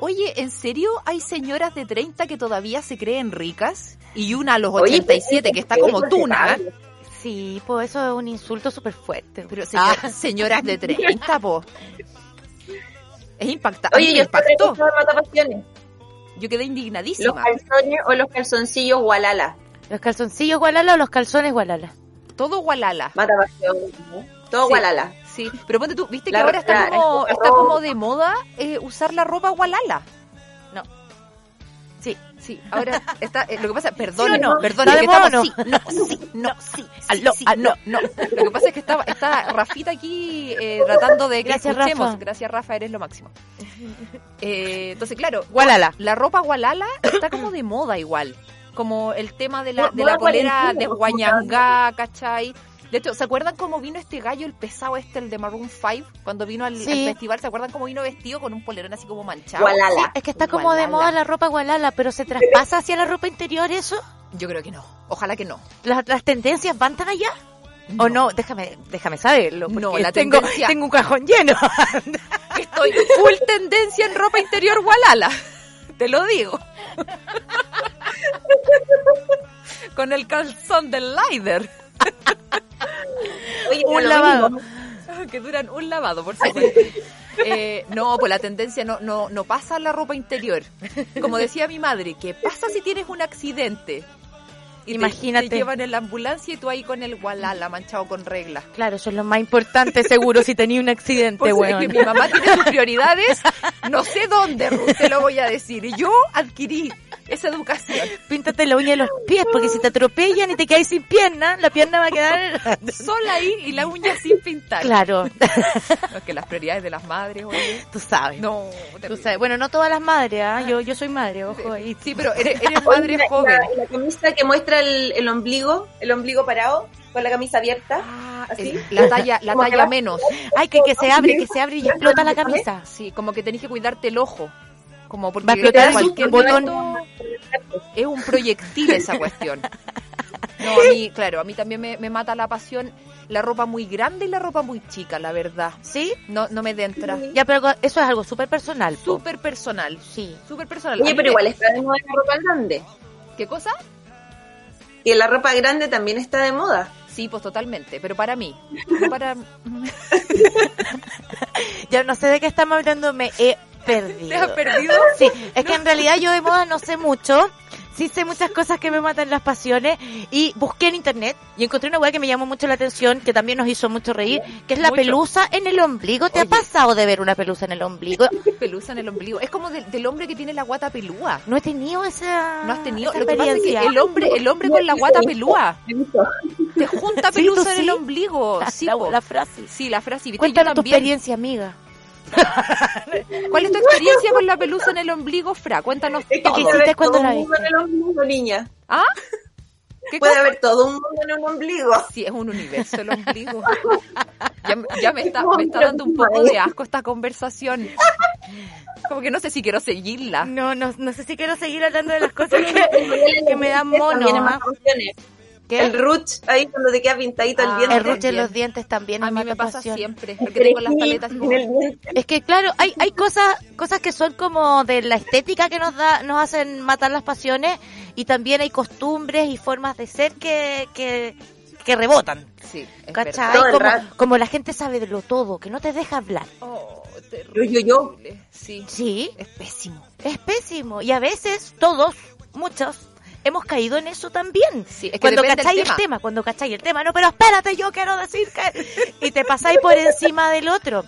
[SPEAKER 4] oye, ¿en serio hay señoras de 30 que todavía se creen ricas? Y una a los
[SPEAKER 5] Oye, pues,
[SPEAKER 4] 87 que está como
[SPEAKER 5] eso se
[SPEAKER 4] tuna. ¿eh?
[SPEAKER 5] sabe.
[SPEAKER 3] Sí, pues eso es un insulto súper fuerte.
[SPEAKER 4] Pero señor-
[SPEAKER 3] Ah.
[SPEAKER 4] señoras de 30,
[SPEAKER 5] (laughs)
[SPEAKER 4] po. Es impactante.
[SPEAKER 5] Oye, yo
[SPEAKER 4] impactó.
[SPEAKER 5] estoy matapasiones.
[SPEAKER 4] Yo quedé
[SPEAKER 5] Los
[SPEAKER 4] indignadísima.
[SPEAKER 5] calzones o los calzoncillos gualala.
[SPEAKER 3] ¿Los calzoncillos gualala o los calzones gualala?
[SPEAKER 4] Todo gualala.
[SPEAKER 5] Matapasiones. ¿no? Todo
[SPEAKER 4] Sí.
[SPEAKER 5] gualala.
[SPEAKER 4] Sí, pero ponte tú, viste que
[SPEAKER 5] La
[SPEAKER 4] ahora está
[SPEAKER 5] ropa,
[SPEAKER 4] como,
[SPEAKER 5] la
[SPEAKER 4] está
[SPEAKER 5] ropa.
[SPEAKER 4] como de moda eh, usar la ropa gualala.
[SPEAKER 3] Sí.
[SPEAKER 4] Sí, (laughs) ahora está, eh, lo que pasa, perdón,
[SPEAKER 3] ¿Sí o no?
[SPEAKER 4] perdón, que
[SPEAKER 3] ¿Está de
[SPEAKER 4] estamos,
[SPEAKER 3] moda o
[SPEAKER 4] sí, no, sí, no, sí, sí,
[SPEAKER 3] Aló,
[SPEAKER 4] sí,
[SPEAKER 3] aló.
[SPEAKER 4] no, no. Lo que pasa es que está, está Rafita aquí eh, tratando de que
[SPEAKER 3] Gracias,
[SPEAKER 4] escuchemos.
[SPEAKER 3] Rafa.
[SPEAKER 4] Gracias, Rafa, eres lo
[SPEAKER 3] (laughs)
[SPEAKER 4] máximo. Eh, entonces, claro,
[SPEAKER 3] Gualala.
[SPEAKER 4] la ropa gualala está como de moda igual. Como el tema de la,
[SPEAKER 5] Moda
[SPEAKER 4] de la polera de
[SPEAKER 5] gualentina,
[SPEAKER 4] Guañangá, ¿cachai? De hecho, ¿se acuerdan cómo vino este gallo, el pesado este, el de Maroon 5? Cuando vino al,
[SPEAKER 3] Sí.
[SPEAKER 4] al festival, ¿se acuerdan cómo vino vestido con un polerón así como manchado?
[SPEAKER 5] Gualala.
[SPEAKER 3] Es que está como de
[SPEAKER 4] Gualala.
[SPEAKER 3] moda la ropa gualala, pero ¿se traspasa hacia la ropa interior eso?
[SPEAKER 4] Yo creo que no. Ojalá que no.
[SPEAKER 3] ¿Las, las tendencias van tan allá? ¿O no? Déjame, déjame saberlo.
[SPEAKER 4] No,
[SPEAKER 3] porque
[SPEAKER 4] la
[SPEAKER 3] tengo,
[SPEAKER 4] tendencia- (laughs)
[SPEAKER 3] tengo un cajón lleno.
[SPEAKER 4] Esto soy full tendencia en ropa interior Walala. Te lo digo. (laughs) Con el calzón del Lider.
[SPEAKER 5] Oye, pero
[SPEAKER 3] Un
[SPEAKER 5] lo
[SPEAKER 3] lavado.
[SPEAKER 5] mismo.
[SPEAKER 4] que duran un lavado, por supuesto. (laughs) Eh, no, pues la tendencia no, no, no pasa en la ropa interior. Como decía mi madre, ¿qué pasa si tienes un accidente? Y te-
[SPEAKER 3] Imagínate.
[SPEAKER 4] Te, llevan en la ambulancia y tú ahí con el gualala manchado con reglas.
[SPEAKER 3] Claro, eso es lo más importante, seguro, si tenía un accidente,
[SPEAKER 4] (laughs) Por si es que
[SPEAKER 3] weón.
[SPEAKER 4] mi mamá tiene sus prioridades, no sé dónde, Ruth, te lo voy a decir. Y yo adquirí esa educación.
[SPEAKER 3] Píntate la uña de los pies, porque si te atropellan y te caes sin pierna, la pierna va a
[SPEAKER 4] (laughs)
[SPEAKER 3] quedar...
[SPEAKER 4] Sola ahí y la uña sin pintar.
[SPEAKER 3] Claro,
[SPEAKER 4] No, es que las prioridades de las madres, oye.
[SPEAKER 3] tú sabes.
[SPEAKER 4] No,
[SPEAKER 3] Tú
[SPEAKER 4] terrible.
[SPEAKER 3] sabes. Bueno, no todas las madres, ¿ah? yo, yo soy madre, ojo ahí.
[SPEAKER 4] Sí, pero eres, eres
[SPEAKER 5] Oye,
[SPEAKER 4] madre
[SPEAKER 5] la-
[SPEAKER 4] joven.
[SPEAKER 5] La, la camisa que muestra el, el ombligo, el ombligo parado, con la camisa abierta.
[SPEAKER 4] Ah,
[SPEAKER 5] ¿Así?
[SPEAKER 4] el- la talla, la
[SPEAKER 5] Como que
[SPEAKER 4] talla
[SPEAKER 5] va-
[SPEAKER 4] menos.
[SPEAKER 3] Ay, que, que se abre, que se abre y explota la camisa.
[SPEAKER 4] Sí, como que tenés que cuidarte el ojo. Como porque
[SPEAKER 3] Va a explotar
[SPEAKER 4] en cualquier
[SPEAKER 3] botón.
[SPEAKER 4] momento es un proyectil esa cuestión. No, a mí, claro, a mí también me, me mata la pasión la ropa muy grande y la ropa muy chica, la verdad.
[SPEAKER 3] ¿Sí?
[SPEAKER 4] No, no me entra.
[SPEAKER 3] Ya, pero eso es algo súper personal. po.
[SPEAKER 4] Súper personal,
[SPEAKER 3] Sí.
[SPEAKER 4] súper personal. A
[SPEAKER 5] Oye,
[SPEAKER 4] mí
[SPEAKER 5] pero
[SPEAKER 4] me-
[SPEAKER 5] igual está de moda la ropa grande.
[SPEAKER 4] ¿Qué cosa?
[SPEAKER 5] Que la ropa grande también está de moda.
[SPEAKER 4] Sí, pues totalmente, pero para mí. no para...
[SPEAKER 3] Ya no sé de qué estamos hablando, me
[SPEAKER 4] (laughs)
[SPEAKER 3] he perdido.
[SPEAKER 4] ¿Te has
[SPEAKER 5] (laughs)
[SPEAKER 4] perdido?
[SPEAKER 3] Sí, es que en realidad yo de moda no sé mucho. Sí sé muchas cosas que me matan las pasiones y busqué en internet y encontré una weá que me llamó mucho la atención, que también nos hizo mucho reír, que es la
[SPEAKER 4] Mucho.
[SPEAKER 3] pelusa en el ombligo. ¿Te ha
[SPEAKER 4] Oye.
[SPEAKER 3] pasado de ver una pelusa en el ombligo?
[SPEAKER 4] Pelusa en el ombligo. Es como del- del hombre que tiene la guata pelúa.
[SPEAKER 3] No he tenido esa
[SPEAKER 4] No has tenido.
[SPEAKER 3] Ah, esa
[SPEAKER 4] Lo que pasa es que
[SPEAKER 3] experiencia.
[SPEAKER 4] el hombre, el hombre con la guata pelúa te junta
[SPEAKER 3] Sí, tú
[SPEAKER 4] pelusa en el
[SPEAKER 3] sí.
[SPEAKER 4] ombligo.
[SPEAKER 3] (laughs)
[SPEAKER 4] Sí,
[SPEAKER 3] La-
[SPEAKER 4] po.
[SPEAKER 3] la frase.
[SPEAKER 4] Sí, la frase. ¿viste?
[SPEAKER 3] Cuéntanos
[SPEAKER 4] Yo
[SPEAKER 3] tu
[SPEAKER 4] también.
[SPEAKER 3] experiencia, amiga.
[SPEAKER 4] ¿Cuál es tu experiencia con la pelusa en el ombligo, Fra? Cuéntanos
[SPEAKER 5] Es que
[SPEAKER 4] todo.
[SPEAKER 5] puede
[SPEAKER 3] hiciste
[SPEAKER 5] haber
[SPEAKER 3] cuando
[SPEAKER 5] todo
[SPEAKER 3] la
[SPEAKER 5] un mundo
[SPEAKER 3] viste?
[SPEAKER 5] en el ombligo, niña.
[SPEAKER 4] ¿Ah? ¿Qué
[SPEAKER 5] Puede
[SPEAKER 4] cosa?
[SPEAKER 5] haber todo un mundo en un ombligo.
[SPEAKER 4] Sí, es un universo
[SPEAKER 3] (laughs)
[SPEAKER 4] el ombligo. Ya, ya me, está,
[SPEAKER 5] No,
[SPEAKER 4] me está
[SPEAKER 5] pero
[SPEAKER 4] dando un
[SPEAKER 5] no
[SPEAKER 4] poco
[SPEAKER 5] es.
[SPEAKER 4] de asco esta conversación. Como que no sé si quiero
[SPEAKER 5] Ah.
[SPEAKER 4] seguirla.
[SPEAKER 3] No, no, no sé si quiero seguir hablando de las
[SPEAKER 5] (laughs)
[SPEAKER 3] cosas que, que me dan mono.
[SPEAKER 5] También es más
[SPEAKER 3] ¿ah?
[SPEAKER 5] pasiones.
[SPEAKER 3] ¿Qué?
[SPEAKER 5] El ruch, ahí cuando te queda pintadito
[SPEAKER 4] Ah,
[SPEAKER 5] el diente.
[SPEAKER 3] El ruche en
[SPEAKER 4] también.
[SPEAKER 3] los dientes también
[SPEAKER 4] A
[SPEAKER 3] es
[SPEAKER 4] mí me
[SPEAKER 3] mata
[SPEAKER 4] pasa
[SPEAKER 3] pasión.
[SPEAKER 4] siempre. Porque tengo las paletas.
[SPEAKER 5] en el diente.
[SPEAKER 3] Es que claro, hay, hay cosas, cosas que son como de la estética que nos da, nos hacen matar las pasiones y también hay costumbres y formas de ser que, que, que rebotan.
[SPEAKER 4] Sí, es
[SPEAKER 3] ¿Cachai?
[SPEAKER 5] Todo el
[SPEAKER 3] Como,
[SPEAKER 5] rato.
[SPEAKER 3] como la gente sabe de lo todo, que no te deja hablar.
[SPEAKER 4] verdad. Oh,
[SPEAKER 5] Yo, yo, yo.
[SPEAKER 4] terrible. Sí,
[SPEAKER 3] Sí,
[SPEAKER 4] es pésimo.
[SPEAKER 3] es pésimo. Y a veces, todos, muchos, hemos caído en eso también.
[SPEAKER 4] Sí, es que
[SPEAKER 3] cuando
[SPEAKER 4] depende del
[SPEAKER 3] cacháis el tema.
[SPEAKER 4] tema.
[SPEAKER 3] cuando cacháis el tema, no, pero espérate, yo quiero decir que... Y te pasáis por encima del otro.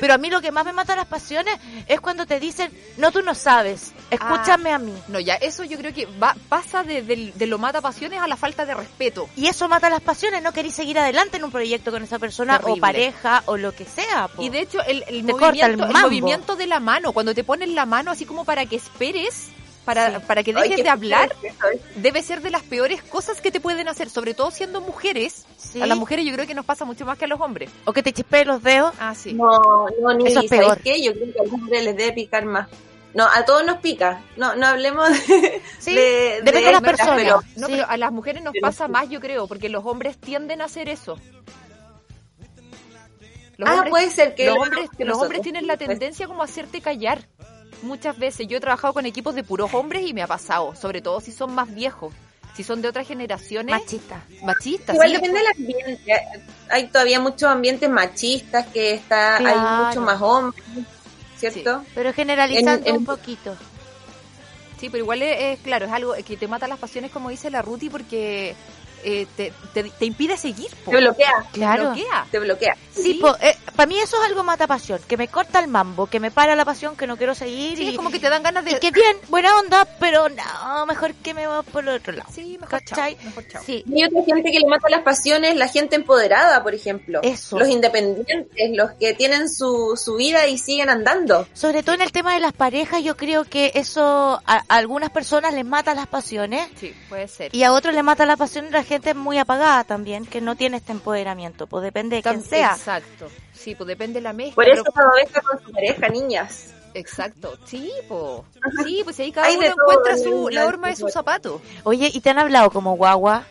[SPEAKER 3] Pero a mí lo que más me mata las pasiones es cuando te dicen, no, tú no sabes, escúchame
[SPEAKER 4] Ah.
[SPEAKER 3] a mí.
[SPEAKER 4] No, ya, eso yo creo que va, pasa de, del- de lo mata pasiones a la falta de respeto.
[SPEAKER 3] Y eso mata las pasiones, no queréis seguir adelante en un proyecto con esa persona o
[SPEAKER 4] Terrible.
[SPEAKER 3] pareja o lo que sea. po.
[SPEAKER 4] Y de hecho, el, el
[SPEAKER 3] Te corta el
[SPEAKER 4] movimiento, el,
[SPEAKER 3] mambo.
[SPEAKER 4] movimiento de la mano, cuando te ponen la mano así como para que esperes, para, para que
[SPEAKER 5] Ay,
[SPEAKER 4] dejes
[SPEAKER 5] qué
[SPEAKER 4] de hablar,
[SPEAKER 5] fuerte eso,
[SPEAKER 4] debe ser de las peores cosas que te pueden hacer, sobre todo siendo mujeres.
[SPEAKER 3] Sí.
[SPEAKER 4] A las mujeres yo creo que nos pasa mucho más que a los hombres.
[SPEAKER 3] O que te chispees los dedos.
[SPEAKER 4] Ah, sí.
[SPEAKER 5] No, no, ni
[SPEAKER 3] Eso es
[SPEAKER 5] ¿sabes
[SPEAKER 3] peor.
[SPEAKER 5] qué? Yo creo que a los hombres les debe picar más. No, a todos nos pica. No, no hablemos de,
[SPEAKER 3] Sí,
[SPEAKER 5] de-
[SPEAKER 3] depende de las
[SPEAKER 5] no,
[SPEAKER 3] personas.
[SPEAKER 5] pero
[SPEAKER 4] No,
[SPEAKER 3] Sí.
[SPEAKER 4] pero a las mujeres nos
[SPEAKER 5] Pero
[SPEAKER 4] pasa
[SPEAKER 5] sí.
[SPEAKER 4] más, yo creo, porque los hombres tienden a hacer eso. Los
[SPEAKER 5] ah,
[SPEAKER 4] hombres-
[SPEAKER 5] puede ser que
[SPEAKER 4] los
[SPEAKER 5] lo
[SPEAKER 4] hombres, los
[SPEAKER 5] hagamos
[SPEAKER 4] hombres
[SPEAKER 5] nosotros. pues.
[SPEAKER 4] tienen la tendencia como a hacerte callar. Muchas veces yo he trabajado con equipos de puros hombres y me ha pasado, sobre todo si son más viejos, si son de otras generaciones,
[SPEAKER 3] Machista.
[SPEAKER 4] machistas.
[SPEAKER 5] Pues Igual
[SPEAKER 4] sí.
[SPEAKER 5] depende del ambiente. Hay todavía muchos ambientes machistas que está,
[SPEAKER 3] Claro.
[SPEAKER 5] hay mucho más hombres, ¿cierto?
[SPEAKER 3] Pero generalizando
[SPEAKER 5] En- en-
[SPEAKER 3] un poquito.
[SPEAKER 4] Sí, pero igual es, es, claro, es algo que te mata las pasiones, como dice la Ruti, porque eh, te, te- te impide seguir. po.
[SPEAKER 5] Te bloquea,
[SPEAKER 3] Claro.
[SPEAKER 4] Bloquea.
[SPEAKER 5] te bloquea.
[SPEAKER 3] Sí,
[SPEAKER 4] Sí.
[SPEAKER 3] para mí eso es algo mata pasión, que me corta el mambo, que me para la pasión, que no quiero seguir
[SPEAKER 4] Sí,
[SPEAKER 3] y,
[SPEAKER 4] es como que te dan ganas
[SPEAKER 3] y
[SPEAKER 4] de...
[SPEAKER 3] que bien, buena onda, pero no, mejor que me voy por el otro lado.
[SPEAKER 4] Sí, mejor chao,
[SPEAKER 3] ¿Cachai?
[SPEAKER 4] mejor chao.
[SPEAKER 3] Sí,
[SPEAKER 5] Y hay otra gente que le mata las pasiones, la gente empoderada, por ejemplo.
[SPEAKER 3] Eso.
[SPEAKER 5] Los independientes, los que tienen su, su vida y siguen andando.
[SPEAKER 3] sobre todo en el tema de las parejas, yo creo que eso a, a algunas personas les mata las pasiones
[SPEAKER 4] Sí, puede ser.
[SPEAKER 3] y a otros les mata la pasión la gente muy apagada también, que no tiene este empoderamiento, pues depende de
[SPEAKER 4] Tam-
[SPEAKER 3] quién sea.
[SPEAKER 4] Exacto. Sí, pues depende de la mezcla.
[SPEAKER 5] Por
[SPEAKER 4] pero-
[SPEAKER 5] eso cada vez está con su pareja, niñas.
[SPEAKER 4] Exacto, sí, po. Sí, pues ahí cada
[SPEAKER 5] Hay
[SPEAKER 4] uno
[SPEAKER 5] de todo,
[SPEAKER 4] encuentra
[SPEAKER 5] hay
[SPEAKER 4] su,
[SPEAKER 5] un
[SPEAKER 4] la horma de
[SPEAKER 5] tipo
[SPEAKER 4] su
[SPEAKER 5] de-
[SPEAKER 4] zapato.
[SPEAKER 3] Oye, ¿y te han hablado como guagua?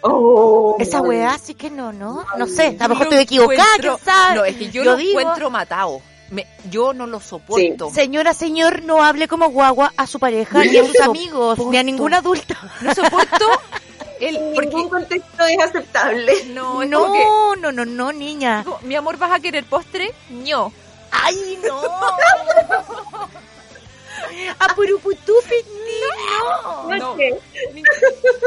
[SPEAKER 5] Oh,
[SPEAKER 3] Esa
[SPEAKER 5] no.
[SPEAKER 3] weá sí que no, ¿no? No sé, a lo mejor
[SPEAKER 4] Yo
[SPEAKER 3] estoy equivocada,
[SPEAKER 4] encuentro-
[SPEAKER 3] quién sabe.
[SPEAKER 4] No, es que yo
[SPEAKER 3] Yo
[SPEAKER 4] lo
[SPEAKER 3] digo-
[SPEAKER 4] encuentro matado. me- yo no lo soporto.
[SPEAKER 3] Señora, señor, no hable como guagua a su pareja ni a sus amigos, ni a ningún adulto.
[SPEAKER 4] No soporto el
[SPEAKER 5] En
[SPEAKER 4] porque
[SPEAKER 5] (laughs) ningún contexto es aceptable.
[SPEAKER 4] no, es como que-
[SPEAKER 3] No, no, no, no, niña.
[SPEAKER 4] Digo, mi amor, ¿vas a querer postre? No.
[SPEAKER 3] ¡Ay, no! (laughs) ¡Apuruputufi, no!
[SPEAKER 5] (laughs)
[SPEAKER 4] No.
[SPEAKER 5] sé.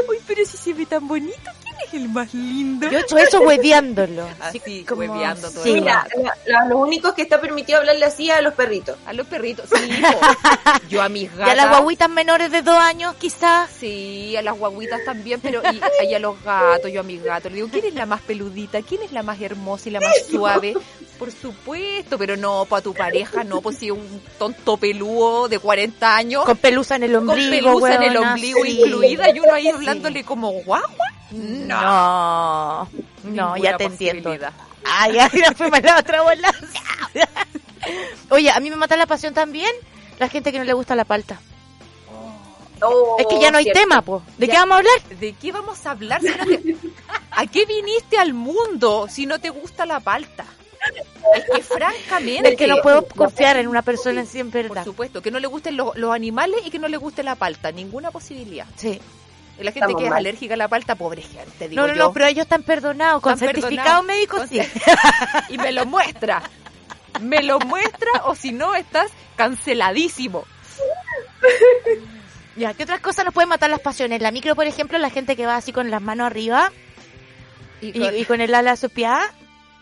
[SPEAKER 4] Uy, pero si se ve tan bonito, ¿quién es el más lindo?
[SPEAKER 3] Yo he hecho eso hueveándolo.
[SPEAKER 4] Así,
[SPEAKER 3] como-
[SPEAKER 4] hueveando todo
[SPEAKER 3] sí.
[SPEAKER 4] el
[SPEAKER 5] Mira,
[SPEAKER 4] rato.
[SPEAKER 5] la- la- los únicos que está permitido hablarle así es a los perritos.
[SPEAKER 4] A los perritos, sí, po. (laughs) Yo a mis gatas.
[SPEAKER 3] Ya las guaguitas menores de dos años, quizás.
[SPEAKER 4] Sí, a las guaguitas también, pero y, y a los gatos, yo a mis gatos. Le digo, ¿quién es la más peludita? ¿Quién es la más hermosa y la más suave? Por supuesto, pero no, para tu pareja no, pues si un tonto pelúo de 40 años
[SPEAKER 3] Con pelusa en el
[SPEAKER 4] con
[SPEAKER 3] ombligo.
[SPEAKER 4] pelusa en el
[SPEAKER 3] weona,
[SPEAKER 4] ombligo
[SPEAKER 3] sí.
[SPEAKER 4] incluida y uno ahí hablándole como guagua. No,
[SPEAKER 3] No, no, ya
[SPEAKER 4] ninguna
[SPEAKER 3] te entiendo.
[SPEAKER 4] posibilidad.
[SPEAKER 3] Ay, ay, ya fue mala otra bola. (laughs) Oye, a mí me mata la pasión también la gente que no le gusta la palta.
[SPEAKER 5] Oh,
[SPEAKER 3] es que ya no hay
[SPEAKER 5] cierto.
[SPEAKER 3] tema, po. ¿De
[SPEAKER 4] Ya.
[SPEAKER 3] qué vamos a hablar?
[SPEAKER 4] ¿De qué vamos a hablar? si no te- (laughs) ¿A qué viniste al mundo si no te gusta la palta? Es que francamente...
[SPEAKER 3] Es que no puedo confiar en una persona en sí, en
[SPEAKER 4] Por
[SPEAKER 3] verdad.
[SPEAKER 4] supuesto, que no le gusten los, los animales y que no le guste la palta, ninguna posibilidad.
[SPEAKER 3] Sí.
[SPEAKER 4] Y la gente
[SPEAKER 5] Estamos
[SPEAKER 4] que es
[SPEAKER 5] mal.
[SPEAKER 4] alérgica a la palta, pobre gente, digo
[SPEAKER 3] No, no,
[SPEAKER 4] yo.
[SPEAKER 3] no, pero ellos están perdonados. Con
[SPEAKER 4] Están
[SPEAKER 3] certificado
[SPEAKER 4] perdonados.
[SPEAKER 3] médico,
[SPEAKER 4] Con
[SPEAKER 3] sí.
[SPEAKER 4] Y me lo muestra. Me lo muestra o si no estás canceladísimo.
[SPEAKER 3] Ya, ¿qué otras cosas nos pueden matar las pasiones? La micro, por ejemplo, la gente que va así con las manos arriba y,
[SPEAKER 4] con-
[SPEAKER 3] y con el ala sopeada.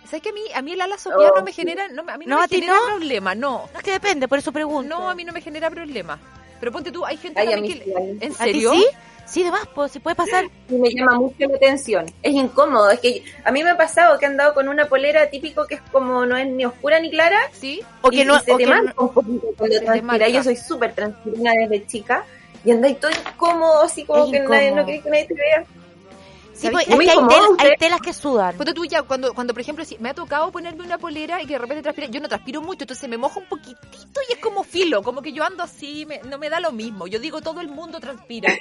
[SPEAKER 4] ¿Sabes que a mí, a mí el ala sopeada
[SPEAKER 5] Oh.
[SPEAKER 4] no me genera, no, me- a mí no,
[SPEAKER 3] No,
[SPEAKER 4] me
[SPEAKER 3] a ti
[SPEAKER 4] genera
[SPEAKER 3] no.
[SPEAKER 4] problema, no.
[SPEAKER 3] No es que depende, por eso pregunto.
[SPEAKER 4] No, a mí no me genera problema. Pero ponte tú, hay gente
[SPEAKER 5] Ay, a
[SPEAKER 4] también
[SPEAKER 5] mí
[SPEAKER 4] que...
[SPEAKER 5] sí, a mí sí.
[SPEAKER 4] ¿En
[SPEAKER 3] ¿A ti
[SPEAKER 4] serio?
[SPEAKER 3] sí? Sí, de más, pues, si puede pasar.
[SPEAKER 5] Y me llama mucho la atención. Es incómodo. Es que a mí me ha pasado que he andado con una polera típico que es como no es ni oscura ni clara.
[SPEAKER 4] Sí.
[SPEAKER 3] O que
[SPEAKER 5] y,
[SPEAKER 3] no,
[SPEAKER 5] y se
[SPEAKER 3] o
[SPEAKER 5] te
[SPEAKER 3] que
[SPEAKER 5] mancha un poquito cuando
[SPEAKER 4] te
[SPEAKER 5] transpira.
[SPEAKER 4] mancha.
[SPEAKER 5] Yo soy súper transpirina desde chica. Y andáis todo incómodo, así como
[SPEAKER 3] Es
[SPEAKER 5] que nadie,
[SPEAKER 3] incómodo.
[SPEAKER 5] no querés que nadie te vea.
[SPEAKER 3] Sí, pues,
[SPEAKER 5] Muy
[SPEAKER 3] es que hay,
[SPEAKER 5] incómodo,
[SPEAKER 3] tel- hay
[SPEAKER 5] usted.
[SPEAKER 3] telas que sudan.
[SPEAKER 4] Ponte tú ya, cuando, cuando por ejemplo, si me ha tocado ponerme una polera y que de repente transpira, yo no transpiro mucho, entonces me mojo un poquitito y es como filo, como que yo ando así, me- no me da lo mismo. Yo digo, todo el mundo transpira.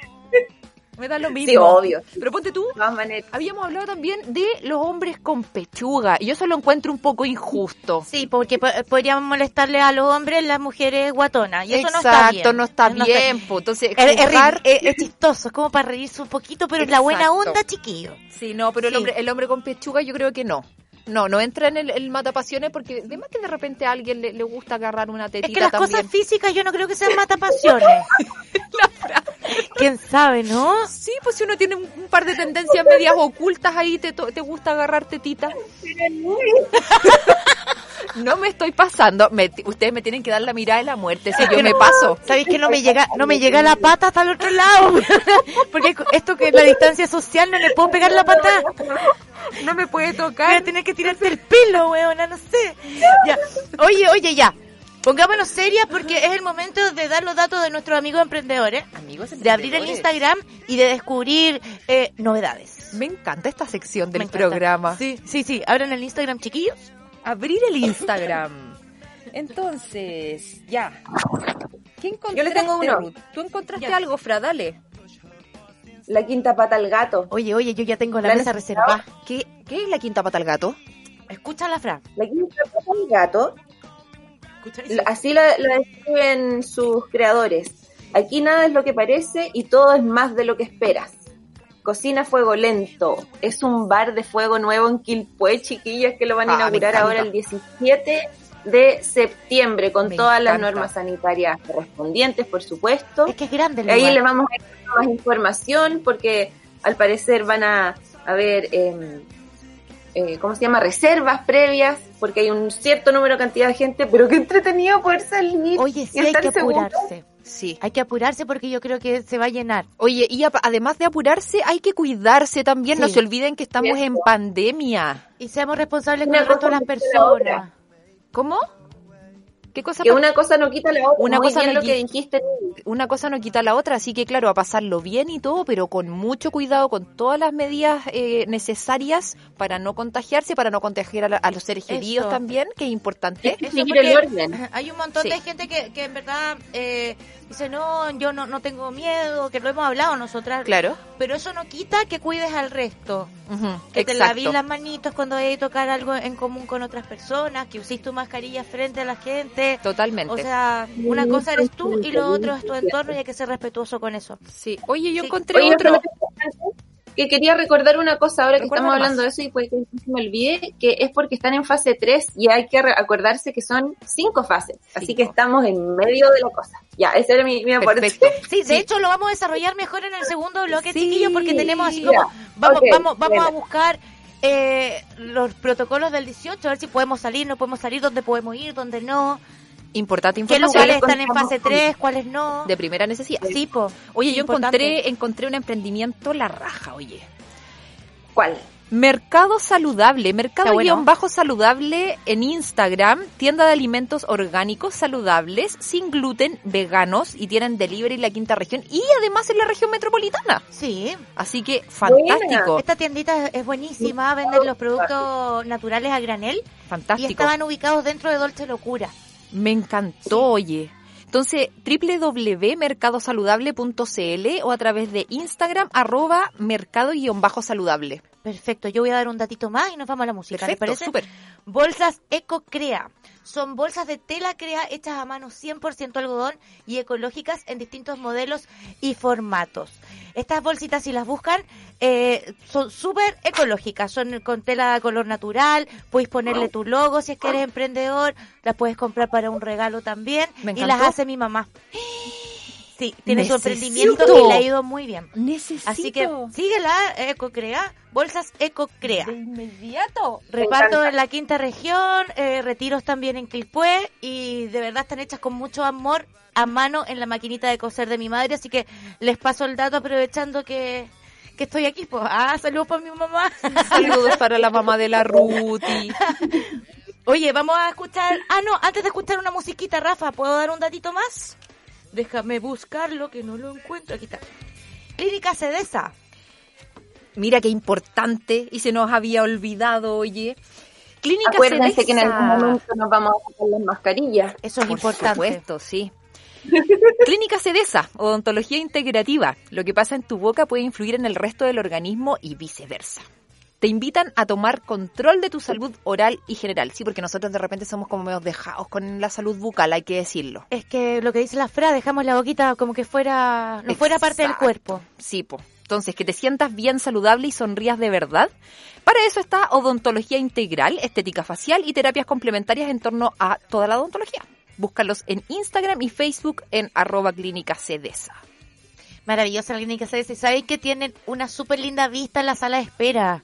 [SPEAKER 4] Me da lo mismo.
[SPEAKER 5] Sí, obvio. De
[SPEAKER 4] Pero ponte tú,
[SPEAKER 5] todas maneras.
[SPEAKER 4] habíamos hablado también de los hombres con pechuga, y yo eso lo encuentro un poco injusto.
[SPEAKER 3] Sí, porque po- podríamos molestarle a los hombres las mujeres guatonas. Y eso no está bien.
[SPEAKER 4] no está
[SPEAKER 3] No está-
[SPEAKER 4] bien, po. Entonces,
[SPEAKER 3] Es, es ri-
[SPEAKER 4] juzgar-
[SPEAKER 3] es- es chistoso, es como para reírse un poquito, pero es la buena
[SPEAKER 4] Exacto.
[SPEAKER 3] onda, chiquillo.
[SPEAKER 4] Sí, no, pero el
[SPEAKER 3] Sí.
[SPEAKER 4] hombre, el hombre con pechuga yo creo que no. No, no entra en el, el matapasiones porque además que de repente a alguien le, le gusta agarrar una tetita
[SPEAKER 3] Es que las
[SPEAKER 4] también.
[SPEAKER 3] cosas físicas yo no creo que sean
[SPEAKER 4] (laughs)
[SPEAKER 3] matapasiones. ¿Quién sabe, no?
[SPEAKER 4] Sí, pues si uno tiene un, un par de tendencias medias ocultas ahí, te, to- te gusta agarrar tetita. (laughs) No me estoy pasando. Me ti- ustedes me tienen que dar la mirada de la muerte si yo me paso.
[SPEAKER 3] Sabéis que no me llega, no me llega la pata hasta el otro lado. (laughs) Porque esto que es la distancia social no le puedo pegar la pata.
[SPEAKER 4] No me puede
[SPEAKER 3] Voy a
[SPEAKER 4] tocar.
[SPEAKER 3] tener que tirarte el pelo, weona, no sé. Ya. Oye, oye, ya. Pongámonos serias porque es el momento de dar los datos de nuestros amigos emprendedores,
[SPEAKER 4] Amigos,
[SPEAKER 3] de abrir el Instagram y de descubrir eh, novedades.
[SPEAKER 4] Me encanta esta sección
[SPEAKER 3] Me
[SPEAKER 4] del
[SPEAKER 3] encanta.
[SPEAKER 4] programa.
[SPEAKER 3] Sí, sí, sí. Abran el Instagram, chiquillos.
[SPEAKER 4] Abrir el Instagram. Entonces, ya. ¿Qué encontraste?
[SPEAKER 5] Yo le tengo uno.
[SPEAKER 4] Ruth? ¿Tú encontraste algo, Fra? Dale.
[SPEAKER 5] La quinta pata al gato.
[SPEAKER 3] Oye, oye, yo ya tengo la
[SPEAKER 5] ¿La
[SPEAKER 3] mesa reservada.
[SPEAKER 4] ¿Qué, ¿Qué es la quinta pata al gato?
[SPEAKER 3] Escucha la Fran.
[SPEAKER 5] La quinta pata al gato La- Así la, la describen sus creadores. Aquí nada es lo que parece y todo es más de lo que esperas. Cocina Fuego Lento. Es un bar de fuego nuevo en Quilpué, chiquillas, que lo van a
[SPEAKER 4] Ah, me
[SPEAKER 5] inaugurar
[SPEAKER 4] encanta.
[SPEAKER 5] ahora el 17 de septiembre con
[SPEAKER 4] Me
[SPEAKER 5] todas las
[SPEAKER 4] encanta.
[SPEAKER 5] normas sanitarias correspondientes, por supuesto.
[SPEAKER 3] Es que es grande el
[SPEAKER 5] Ahí
[SPEAKER 3] lugar.
[SPEAKER 5] les vamos a dar más información porque al parecer van a haber, eh, eh, ¿cómo se llama? Reservas previas porque hay un cierto número, cantidad de gente, pero qué entretenido poder salir.
[SPEAKER 3] Oye,
[SPEAKER 5] y
[SPEAKER 3] sí hay
[SPEAKER 5] estar
[SPEAKER 3] que
[SPEAKER 5] seguro.
[SPEAKER 3] apurarse.
[SPEAKER 4] Sí.
[SPEAKER 3] Hay que apurarse porque yo creo que se va a llenar.
[SPEAKER 4] Oye, y apa- además de apurarse, hay que cuidarse también. No
[SPEAKER 3] Sí.
[SPEAKER 4] se olviden que estamos en pandemia.
[SPEAKER 3] Y seamos responsables con
[SPEAKER 5] Una
[SPEAKER 3] el resto de
[SPEAKER 5] cosa
[SPEAKER 3] las
[SPEAKER 5] no quita la otra.
[SPEAKER 3] personas.
[SPEAKER 4] ¿Cómo? ¿Qué cosa?
[SPEAKER 5] Que
[SPEAKER 4] pa-
[SPEAKER 5] una cosa no quita la otra.
[SPEAKER 4] Una
[SPEAKER 5] Muy
[SPEAKER 4] cosa
[SPEAKER 5] bien
[SPEAKER 4] no
[SPEAKER 5] lo que
[SPEAKER 4] quita-
[SPEAKER 5] dijiste.
[SPEAKER 4] una cosa no quita la otra, así que claro, a pasarlo bien y todo, pero con mucho cuidado, con todas las medidas eh, necesarias para no contagiarse, para no contagiar a, la- a los seres
[SPEAKER 3] Eso.
[SPEAKER 4] queridos
[SPEAKER 3] (laughs)
[SPEAKER 4] también, que es importante.
[SPEAKER 3] Eso
[SPEAKER 5] Seguir
[SPEAKER 3] porque
[SPEAKER 5] el orden.
[SPEAKER 3] Hay un montón
[SPEAKER 4] Sí.
[SPEAKER 3] de gente que, que en verdad eh, Dice, no, yo no, no tengo miedo, que lo hemos hablado nosotras.
[SPEAKER 4] Claro.
[SPEAKER 3] Pero eso no quita que cuides al resto.
[SPEAKER 4] Ujú,
[SPEAKER 3] Que te laví
[SPEAKER 4] exacto.
[SPEAKER 3] las manitos cuando hay que tocar algo en común con otras personas, que usís tu mascarilla frente a la gente.
[SPEAKER 4] Totalmente.
[SPEAKER 3] O sea, una cosa eres tú y lo otro es tu entorno y hay que ser respetuoso con eso.
[SPEAKER 4] sí. Oye, yo
[SPEAKER 3] sí.
[SPEAKER 4] encontré
[SPEAKER 5] Oye,
[SPEAKER 4] otro.
[SPEAKER 5] pero- que quería recordar una cosa ahora que
[SPEAKER 4] Recuerda
[SPEAKER 5] estamos
[SPEAKER 4] nomás.
[SPEAKER 5] hablando de eso y puede que se me olvide, que es porque están en fase 3 y hay que re- acordarse que son cinco fases, así
[SPEAKER 4] Cinco.
[SPEAKER 5] que estamos en medio de la cosa. Ya, ese era mi, mi aporte.
[SPEAKER 4] Perfecto.
[SPEAKER 5] (laughs)
[SPEAKER 3] Sí, de hecho lo vamos a desarrollar mejor en el segundo bloque,
[SPEAKER 4] Sí.
[SPEAKER 3] chiquillos, porque tenemos así
[SPEAKER 5] Ya,
[SPEAKER 3] como, vamos,
[SPEAKER 5] ok,
[SPEAKER 3] vamos, vamos a
[SPEAKER 5] bueno.
[SPEAKER 3] buscar eh, los protocolos del 18, a ver si podemos salir, no podemos salir, dónde podemos ir, dónde no,
[SPEAKER 4] Importante
[SPEAKER 3] qué
[SPEAKER 4] información.
[SPEAKER 3] locales
[SPEAKER 5] lo
[SPEAKER 3] están en
[SPEAKER 5] contamos
[SPEAKER 3] fase
[SPEAKER 5] con-
[SPEAKER 3] 3, cuáles no.
[SPEAKER 4] De primera necesidad.
[SPEAKER 3] Sí, po.
[SPEAKER 4] Oye, yo
[SPEAKER 3] Importante.
[SPEAKER 4] encontré, encontré un emprendimiento la raja, oye.
[SPEAKER 5] ¿Cuál?
[SPEAKER 4] Mercado Saludable, Mercado
[SPEAKER 3] Está bueno.
[SPEAKER 4] guión bajo Saludable en Instagram, tienda de alimentos orgánicos saludables, sin gluten, veganos y tienen delivery en la quinta región y además en la región metropolitana.
[SPEAKER 3] Sí,
[SPEAKER 4] Así que fantástico,
[SPEAKER 3] esta tiendita es buenísima, venden los productos naturales a granel y
[SPEAKER 4] fantástico.
[SPEAKER 3] estaban ubicados dentro de Dolce Locura.
[SPEAKER 4] Me encantó, oye. Entonces, www.mercadosaludable.cl o a través de Instagram, arroba mercado-saludable.
[SPEAKER 3] Perfecto, yo voy a dar un datito más y nos vamos a la música, ¿les
[SPEAKER 4] Perfecto,
[SPEAKER 3] parece?
[SPEAKER 4] súper.
[SPEAKER 3] Bolsas EcoCrea. Son bolsas de tela crea hechas a mano 100% algodón y ecológicas en distintos modelos y formatos. Estas bolsitas, si las buscan, eh, son súper ecológicas. Son con tela de color natural, puedes ponerle tu logo si es que eres emprendedor, las puedes comprar para un regalo también.
[SPEAKER 4] Me
[SPEAKER 3] y
[SPEAKER 4] encantó.
[SPEAKER 3] las hace mi mamá. Sí, tiene su
[SPEAKER 4] Necesito.
[SPEAKER 3] emprendimiento y le ha ido muy bien.
[SPEAKER 4] Necesito.
[SPEAKER 3] Así que síguela, EcoCrea, bolsas EcoCrea.
[SPEAKER 4] inmediato.
[SPEAKER 3] Reparto
[SPEAKER 5] encanta.
[SPEAKER 3] en la quinta región, eh, retiros también en Quilpué y de verdad están hechas con mucho amor a mano en la maquinita de coser de mi madre, así que les paso el dato aprovechando que, que estoy aquí. Pues. Ah, saludos para mi
[SPEAKER 4] (laughs)
[SPEAKER 3] mamá.
[SPEAKER 4] Saludos para la mamá de la Ruti.
[SPEAKER 3] Oye, vamos a escuchar... Ah, no, antes de escuchar una musiquita, Rafa, ¿puedo dar un datito más? Déjame buscarlo, que no lo encuentro. Aquí está. Clínica Cedesa.
[SPEAKER 4] Mira qué importante y se nos había olvidado, oye. Clínica
[SPEAKER 5] Acuérdense que en
[SPEAKER 4] Cedesa.
[SPEAKER 5] algún momento nos vamos a sacar las mascarillas.
[SPEAKER 3] Eso es
[SPEAKER 4] Por
[SPEAKER 3] importante.
[SPEAKER 4] supuesto, sí. Clínica Cedesa, odontología integrativa. Lo que pasa en tu boca puede influir en el resto del organismo y viceversa. Te invitan a tomar control de tu salud oral y general. Sí, porque nosotros de repente somos como medio dejados con la salud bucal, hay que decirlo.
[SPEAKER 3] Es que lo que dice la Fra, dejamos la boquita como que fuera, no fuera parte del
[SPEAKER 4] Exacto.
[SPEAKER 3] cuerpo.
[SPEAKER 4] Sí, po. Entonces, que te sientas bien saludable y sonrías de verdad. Para eso está odontología integral, estética facial y terapias complementarias en torno a toda la odontología. Búscalos en Instagram y Facebook en arroba clínica Cedesa.
[SPEAKER 3] Maravillosa la clínica CDC. ¿Saben que tienen una súper linda vista en la sala de espera?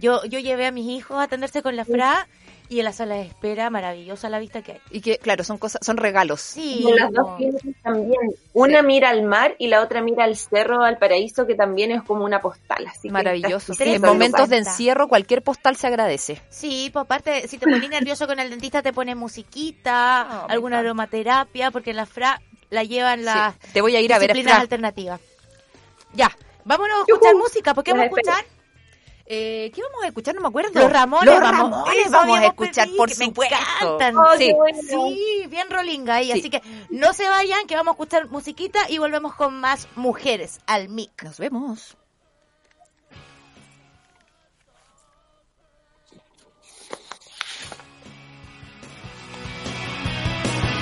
[SPEAKER 3] Yo, yo llevé a mis hijos a atenderse con la Fra y en la sala de espera, maravillosa la vista que hay.
[SPEAKER 4] Y que, claro, son cosas, son regalos.
[SPEAKER 3] Sí,
[SPEAKER 5] Y las dos
[SPEAKER 3] no.
[SPEAKER 5] clínicas también. Una mira al mar y la otra mira al cerro, al paraíso, que también es como una postal. Así que
[SPEAKER 4] Maravilloso.
[SPEAKER 5] está
[SPEAKER 3] Sí,
[SPEAKER 4] En
[SPEAKER 5] escrito
[SPEAKER 4] momentos de
[SPEAKER 3] basta.
[SPEAKER 4] encierro, cualquier postal se agradece.
[SPEAKER 3] sí, pues aparte, si te pones nervioso con el dentista, te pone musiquita,
[SPEAKER 4] Ah, me
[SPEAKER 3] alguna
[SPEAKER 4] encanta.
[SPEAKER 3] aromaterapia, porque la Fra la llevan las
[SPEAKER 4] Sí. Te voy a ir a ver,
[SPEAKER 3] disciplinas
[SPEAKER 4] Efra.
[SPEAKER 3] alternativas. Ya, vámonos a escuchar
[SPEAKER 5] Yujú.
[SPEAKER 3] música, porque vamos a
[SPEAKER 5] Las espero.
[SPEAKER 3] escuchar
[SPEAKER 4] Eh, ¿Qué vamos a escuchar? No me acuerdo.
[SPEAKER 3] Los Ramones,
[SPEAKER 4] Los
[SPEAKER 3] vamos.
[SPEAKER 4] Ramones
[SPEAKER 3] Eso
[SPEAKER 4] vamos a
[SPEAKER 3] habíamos
[SPEAKER 4] escuchar,
[SPEAKER 3] pedido,
[SPEAKER 4] por
[SPEAKER 3] que me
[SPEAKER 4] supuesto.
[SPEAKER 3] encantan.
[SPEAKER 5] Oh, qué
[SPEAKER 4] Sí,
[SPEAKER 5] bueno.
[SPEAKER 3] Sí, bien rolinga ahí.
[SPEAKER 4] Sí.
[SPEAKER 3] Así que no se vayan, que vamos a escuchar musiquita y volvemos con más mujeres al mic.
[SPEAKER 4] Nos vemos.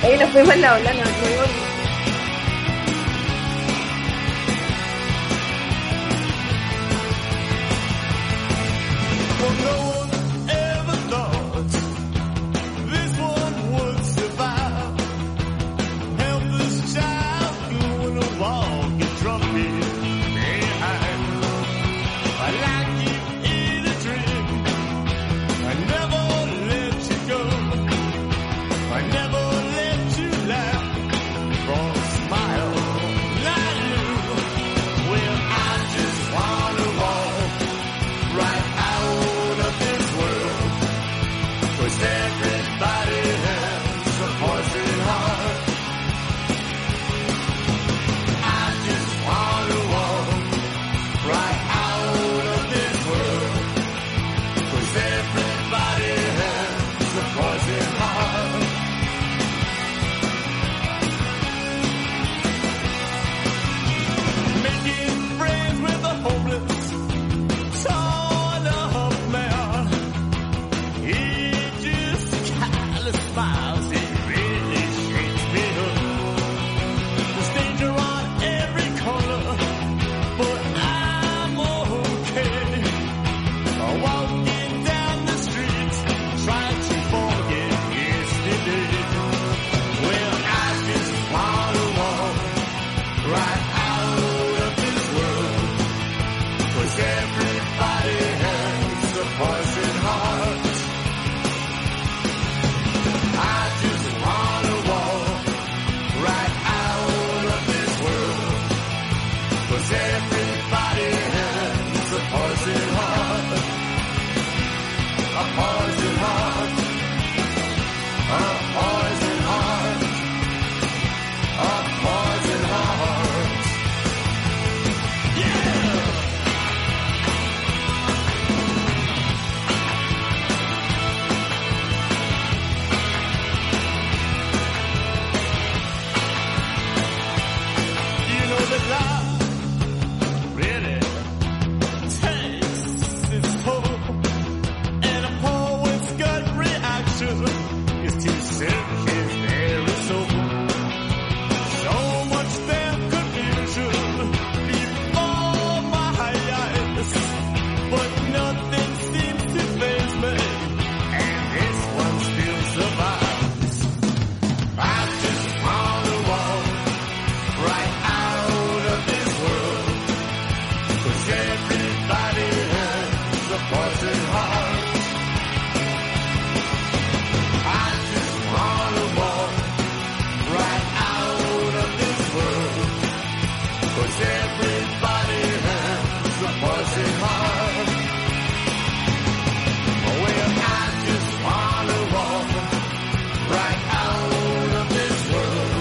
[SPEAKER 5] Ahí nos fuimos en la ola, nos fuimos.
[SPEAKER 6] Well, no one ever thought this one would survive. Helpless child going along and drunken behind. I like you in a dream. I never let you go. I never let you laugh.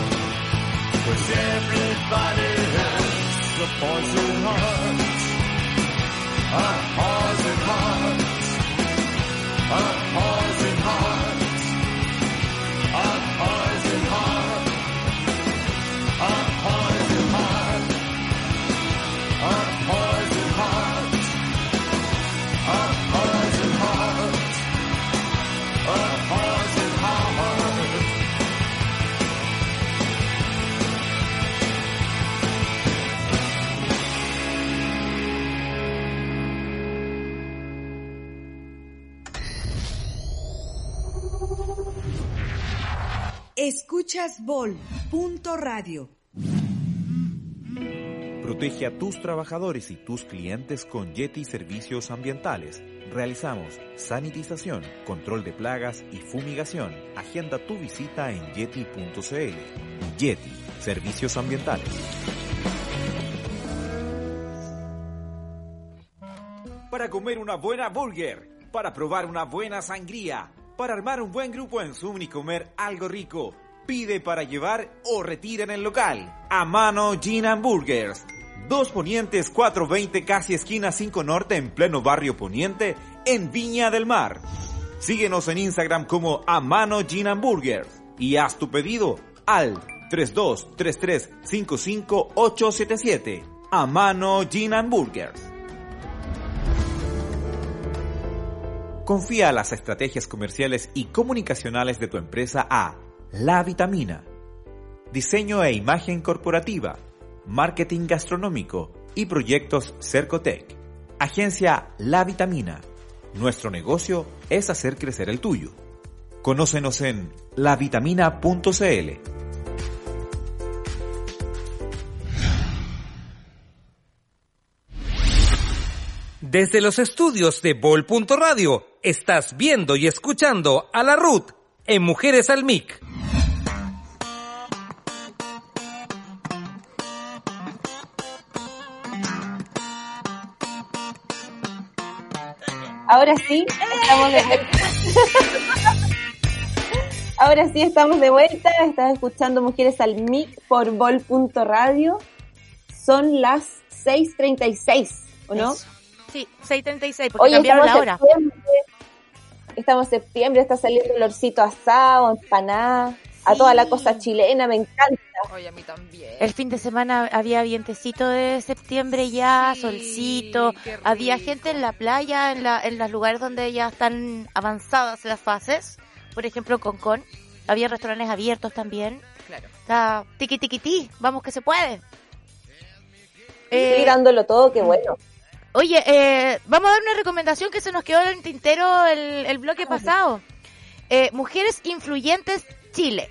[SPEAKER 6] 'Cause everybody has a poison heart. A poison heart. A poison heart. A poison heart. A poison heart. A poison heart. A poison heart. A poison heart.
[SPEAKER 7] Escuchas Vol. Punto radio.
[SPEAKER 8] Protege a tus trabajadores y tus clientes con Yeti Servicios Ambientales. Realizamos sanitización, control de plagas y fumigación. Agenda tu visita en yeti.cl. Yeti, Servicios Ambientales.
[SPEAKER 9] para comer una buena burger, para probar una buena sangría, para armar un buen grupo en Zoom y comer algo rico. Pide para llevar o retira en el local. A mano Gin and Burgers. Dos Ponientes 420 casi esquina 5 Norte en pleno barrio Poniente en Viña del Mar. Síguenos en Instagram como A Mano Gin and Burgers y haz tu pedido al 323355877. A Mano Gin and Burgers. Confía las estrategias comerciales y comunicacionales de tu empresa a La Vitamina. Diseño e imagen corporativa, marketing gastronómico y proyectos Cercotec. Agencia La Vitamina. Nuestro negocio es hacer crecer el tuyo. Conócenos en lavitamina.cl.
[SPEAKER 2] Desde los estudios de Vol.radio Radio, estás viendo y escuchando a la Ruth en Mujeres al Mic.
[SPEAKER 5] Ahora sí, estamos de vuelta. Ahora sí, estamos de vuelta. Estás escuchando Mujeres al Mic por Vol.radio. Son las 6.36, ¿o no?
[SPEAKER 3] Sí, 6.36, porque cambiaron
[SPEAKER 5] estamos
[SPEAKER 3] la hora.
[SPEAKER 5] septiembre. Estamos septiembre, está saliendo el olorcito asado, empanada, a toda la cosa chilena, me encanta.
[SPEAKER 4] Oye, a mí también.
[SPEAKER 3] El fin de semana había vientecito de septiembre ya,
[SPEAKER 4] Sí,
[SPEAKER 3] solcito,
[SPEAKER 4] qué
[SPEAKER 3] había
[SPEAKER 4] rico.
[SPEAKER 3] gente en la playa, en, la, en los lugares donde ya están avanzadas las fases, por ejemplo Concón, había restaurantes abiertos también,
[SPEAKER 4] Claro.
[SPEAKER 3] está tiqui tiqui ti, vamos que se puede.
[SPEAKER 5] Estoy
[SPEAKER 3] Eh,
[SPEAKER 5] dándolo todo, qué bueno.
[SPEAKER 3] Oye, eh, vamos a dar una recomendación que se nos quedó en el tintero el, el bloque pasado. Eh, Mujeres Influyentes Chile.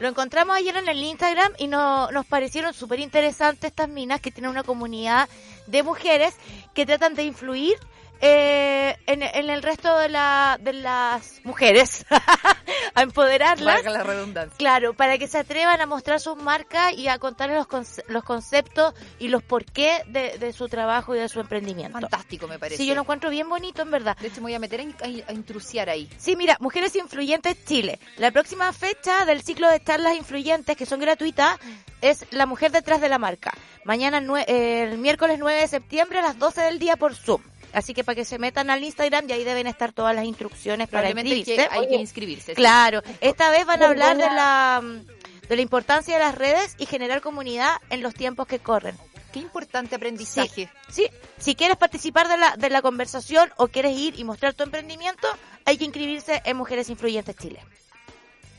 [SPEAKER 3] Lo encontramos ayer en el Instagram y no- nos parecieron súper interesantes estas minas que tienen una comunidad de mujeres que tratan de influir eh, en, en el resto de, la- de las mujeres, (laughs) a empoderarlas.
[SPEAKER 4] Valga la redundancia.
[SPEAKER 3] Claro, para que se atrevan a mostrar sus marcas y a contar los, conce- los conceptos y los porqué de, de su trabajo y de su emprendimiento.
[SPEAKER 4] Fantástico, me parece.
[SPEAKER 3] Sí, yo lo encuentro bien bonito, en verdad.
[SPEAKER 4] De hecho, me voy a meter en- a, a intrusiar ahí.
[SPEAKER 3] Sí, mira, Mujeres Influyentes Chile. La próxima fecha del ciclo de charlas influyentes, que son gratuitas, es La Mujer Detrás de la Marca. Mañana, nue- eh, el miércoles 9 de septiembre a las 12 del día por Zoom. Así que para que se metan al Instagram y ahí deben estar todas las instrucciones para
[SPEAKER 4] Probablemente hay que-
[SPEAKER 3] inscribirse.
[SPEAKER 4] hay que inscribirse. sí.
[SPEAKER 3] Claro, esta vez van a
[SPEAKER 5] Muy
[SPEAKER 3] hablar de
[SPEAKER 5] buena.
[SPEAKER 3] la de la importancia de las redes y generar comunidad en los tiempos que corren.
[SPEAKER 4] Qué importante aprendizaje.
[SPEAKER 3] Sí, si quieres participar de la, de la conversación o quieres ir y mostrar tu emprendimiento, hay que inscribirse en Mujeres Influyentes Chile.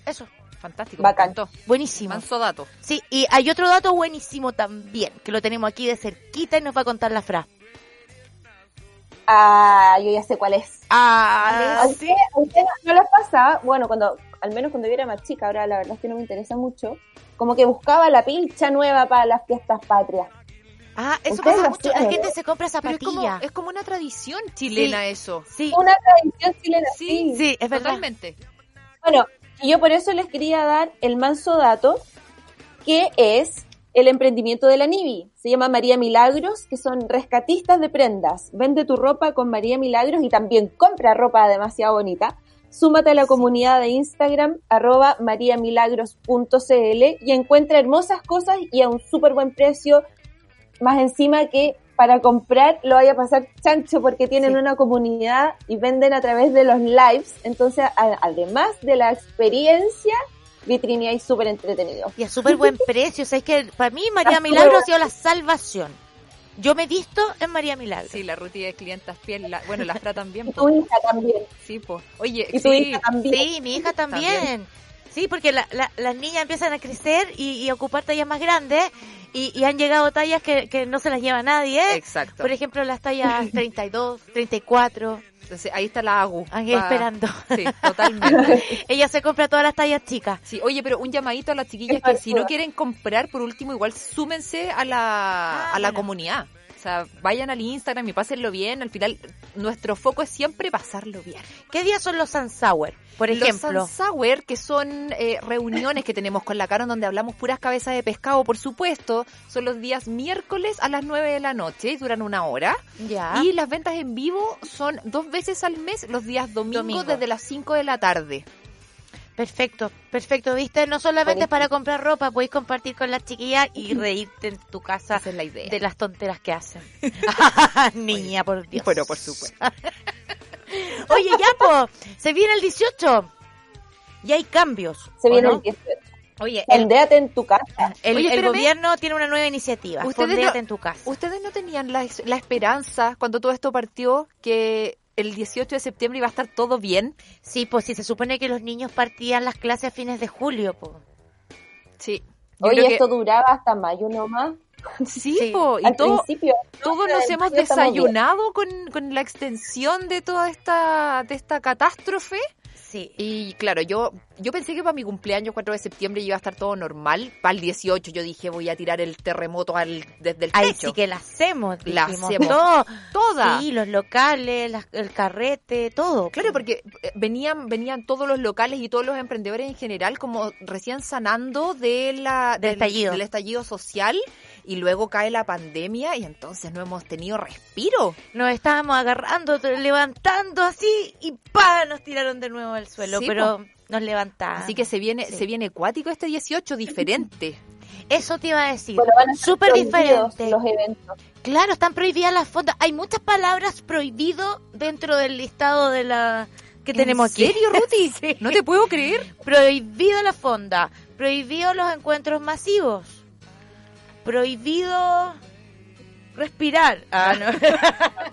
[SPEAKER 3] Eso,
[SPEAKER 4] Fantástico.
[SPEAKER 5] Bacán.
[SPEAKER 4] Me encantó.
[SPEAKER 3] buenísimo.
[SPEAKER 4] Manso dato.
[SPEAKER 3] Sí, y hay otro dato buenísimo también, que lo tenemos aquí de cerquita y nos va a contar la frase.
[SPEAKER 5] Ah, yo ya sé cuál es.
[SPEAKER 3] Ah,
[SPEAKER 5] ¿A usted- a usted no les pasa? Bueno, cuando, al menos cuando yo era más chica, ahora la verdad es que no me interesa mucho, como que buscaba la pilcha nueva para las fiestas patrias.
[SPEAKER 3] ah, eso
[SPEAKER 5] Ustedes
[SPEAKER 3] pasa
[SPEAKER 5] lo
[SPEAKER 3] mucho, la
[SPEAKER 5] hacían,
[SPEAKER 3] gente
[SPEAKER 5] ¿no?
[SPEAKER 3] se compra
[SPEAKER 4] Pero es como,
[SPEAKER 3] zapatillas.
[SPEAKER 4] es como una tradición chilena eso.
[SPEAKER 3] Sí,
[SPEAKER 5] Una tradición chilena,
[SPEAKER 4] Sí,
[SPEAKER 5] sí.
[SPEAKER 3] sí, es verdad.
[SPEAKER 4] Totalmente.
[SPEAKER 5] Bueno, y yo por eso les quería dar el manso dato, que es el emprendimiento de la Nibi. Se llama María Milagros, que son rescatistas de prendas. Vende tu ropa con María Milagros y también compra ropa demasiado bonita. súmate a la comunidad de Instagram arroba mariamilagros.cl y encuentra hermosas cosas y a un súper buen precio, más encima que para comprar lo vaya a pasar chancho porque tienen una comunidad y venden a través de los lives, entonces a- además de la experiencia, Vitrini hay súper entretenido.
[SPEAKER 3] Y a súper
[SPEAKER 4] (laughs)
[SPEAKER 3] buen precio. O sea, es que para mí María
[SPEAKER 5] Las
[SPEAKER 3] Milagro ha
[SPEAKER 5] pruebas.
[SPEAKER 3] sido la salvación. Yo me he visto en María Milagro.
[SPEAKER 4] Sí, la rutina de clientas piel, la- bueno, la Fra también,
[SPEAKER 5] Y
[SPEAKER 4] po.
[SPEAKER 5] tu hija también,
[SPEAKER 4] sí, po. Oye,
[SPEAKER 5] y tu
[SPEAKER 4] sí,
[SPEAKER 5] hija también.
[SPEAKER 3] Oh. Sí, mi hija también.
[SPEAKER 4] También.
[SPEAKER 3] Sí, porque la- la- las niñas empiezan a crecer y, y a ocupar tallas más grandes y, y han llegado tallas que, que no se las lleva nadie.
[SPEAKER 4] exacto.
[SPEAKER 3] Por e- ejemplo, las
[SPEAKER 4] (laughs)
[SPEAKER 3] tallas 32, 34.
[SPEAKER 4] Entonces, ahí está la Agu.
[SPEAKER 3] Ahí
[SPEAKER 4] Pa-
[SPEAKER 3] esperando.
[SPEAKER 4] Sí, (laughs) totalmente.
[SPEAKER 3] (laughs) Ella se compra todas las tallas chicas.
[SPEAKER 4] Sí, oye, pero un llamadito a las chiquillas
[SPEAKER 5] Es
[SPEAKER 4] que si
[SPEAKER 5] verdad.
[SPEAKER 4] no quieren comprar, por último, igual súmense a la,
[SPEAKER 3] Ah,
[SPEAKER 4] a la
[SPEAKER 3] bueno.
[SPEAKER 4] comunidad. O sea, vayan al Instagram y pásenlo bien. Al final, nuestro foco es siempre pasarlo bien.
[SPEAKER 3] ¿Qué días son los Sun Sour, por ejemplo?
[SPEAKER 4] Los Sun Sour, que son eh, reuniones que tenemos con la Caro, donde hablamos puras cabezas de pescado, por supuesto, son los días miércoles a las 9 de la noche y duran una hora.
[SPEAKER 3] Ya.
[SPEAKER 4] Y las ventas en vivo son dos veces al mes, los días domingos
[SPEAKER 3] Domingo.
[SPEAKER 4] desde las 5 de la tarde.
[SPEAKER 3] Perfecto, perfecto, viste, no solamente es para comprar ropa, podéis compartir con las chiquillas
[SPEAKER 4] (laughs)
[SPEAKER 3] y reírte en tu casa
[SPEAKER 4] Esa es la idea.
[SPEAKER 3] de las tonteras que
[SPEAKER 4] (laughs)
[SPEAKER 3] hacen. (laughs) Niña, por Dios.
[SPEAKER 4] Bueno, por supuesto.
[SPEAKER 3] (laughs) Oye, ya, po, se viene el 18 y hay cambios.
[SPEAKER 5] Se
[SPEAKER 3] ¿o
[SPEAKER 5] viene
[SPEAKER 3] no?
[SPEAKER 5] el 18.
[SPEAKER 4] Oye, el-
[SPEAKER 5] Fondeate en tu casa.
[SPEAKER 3] El,
[SPEAKER 4] Oye,
[SPEAKER 3] el
[SPEAKER 4] espérame.
[SPEAKER 3] gobierno tiene una nueva iniciativa.
[SPEAKER 4] Ustedes
[SPEAKER 3] Fondéate
[SPEAKER 4] no-
[SPEAKER 3] en tu casa.
[SPEAKER 4] ¿Ustedes no tenían la, la esperanza cuando todo esto partió que el 18 de septiembre iba a estar todo bien?
[SPEAKER 3] Sí, pues si se supone que los niños partían las clases a fines de julio, po.
[SPEAKER 4] Sí.
[SPEAKER 5] Oye, esto duraba hasta mayo nomás.
[SPEAKER 4] sí,
[SPEAKER 3] Sí.
[SPEAKER 4] po, y
[SPEAKER 5] Al
[SPEAKER 4] todo,
[SPEAKER 5] principio.
[SPEAKER 4] todos
[SPEAKER 5] no,
[SPEAKER 4] nos
[SPEAKER 5] en
[SPEAKER 4] hemos
[SPEAKER 5] mayo estamos bien.
[SPEAKER 4] desayunado con, con la extensión de toda esta, de esta catástrofe.
[SPEAKER 3] Sí.
[SPEAKER 4] Y claro, yo, yo pensé que para mi cumpleaños 4 de septiembre iba a estar todo normal. Para el 18 yo dije voy a tirar el terremoto al, desde el
[SPEAKER 3] Ahí
[SPEAKER 4] techo.
[SPEAKER 3] sí que la hacemos,
[SPEAKER 4] La
[SPEAKER 3] dijimos.
[SPEAKER 4] hacemos.
[SPEAKER 3] Todo.
[SPEAKER 4] Toda.
[SPEAKER 3] Sí, los locales, las- el carrete, todo.
[SPEAKER 4] Claro,
[SPEAKER 3] po.
[SPEAKER 4] porque eh, venían, venían todos los locales y todos los emprendedores en general como recién sanando de la,
[SPEAKER 3] Del estallido.
[SPEAKER 4] del estallido social y luego cae la pandemia y entonces no hemos tenido respiro.
[SPEAKER 3] nos estábamos agarrando, t- levantando así y pa nos tiraron de nuevo al suelo,
[SPEAKER 4] Sí,
[SPEAKER 3] pero nos levantaban.
[SPEAKER 4] Así que se viene,
[SPEAKER 3] Ah, sí.
[SPEAKER 4] se viene acuático este 18 diferente.
[SPEAKER 3] eso te iba a decir.
[SPEAKER 5] Bueno, van a estar
[SPEAKER 3] Súper
[SPEAKER 5] prohibidos
[SPEAKER 3] diferente.
[SPEAKER 5] Los e- eventos.
[SPEAKER 3] Claro, están prohibidas las fondas. Hay muchas palabras prohibido dentro del listado de la que tenemos aquí.
[SPEAKER 4] ¿En serio, Ruti?
[SPEAKER 3] (laughs) Sí.
[SPEAKER 4] No te puedo creer.
[SPEAKER 3] Prohibido la fonda, prohibido los encuentros masivos, prohibido respirar. Ah,
[SPEAKER 5] (laughs)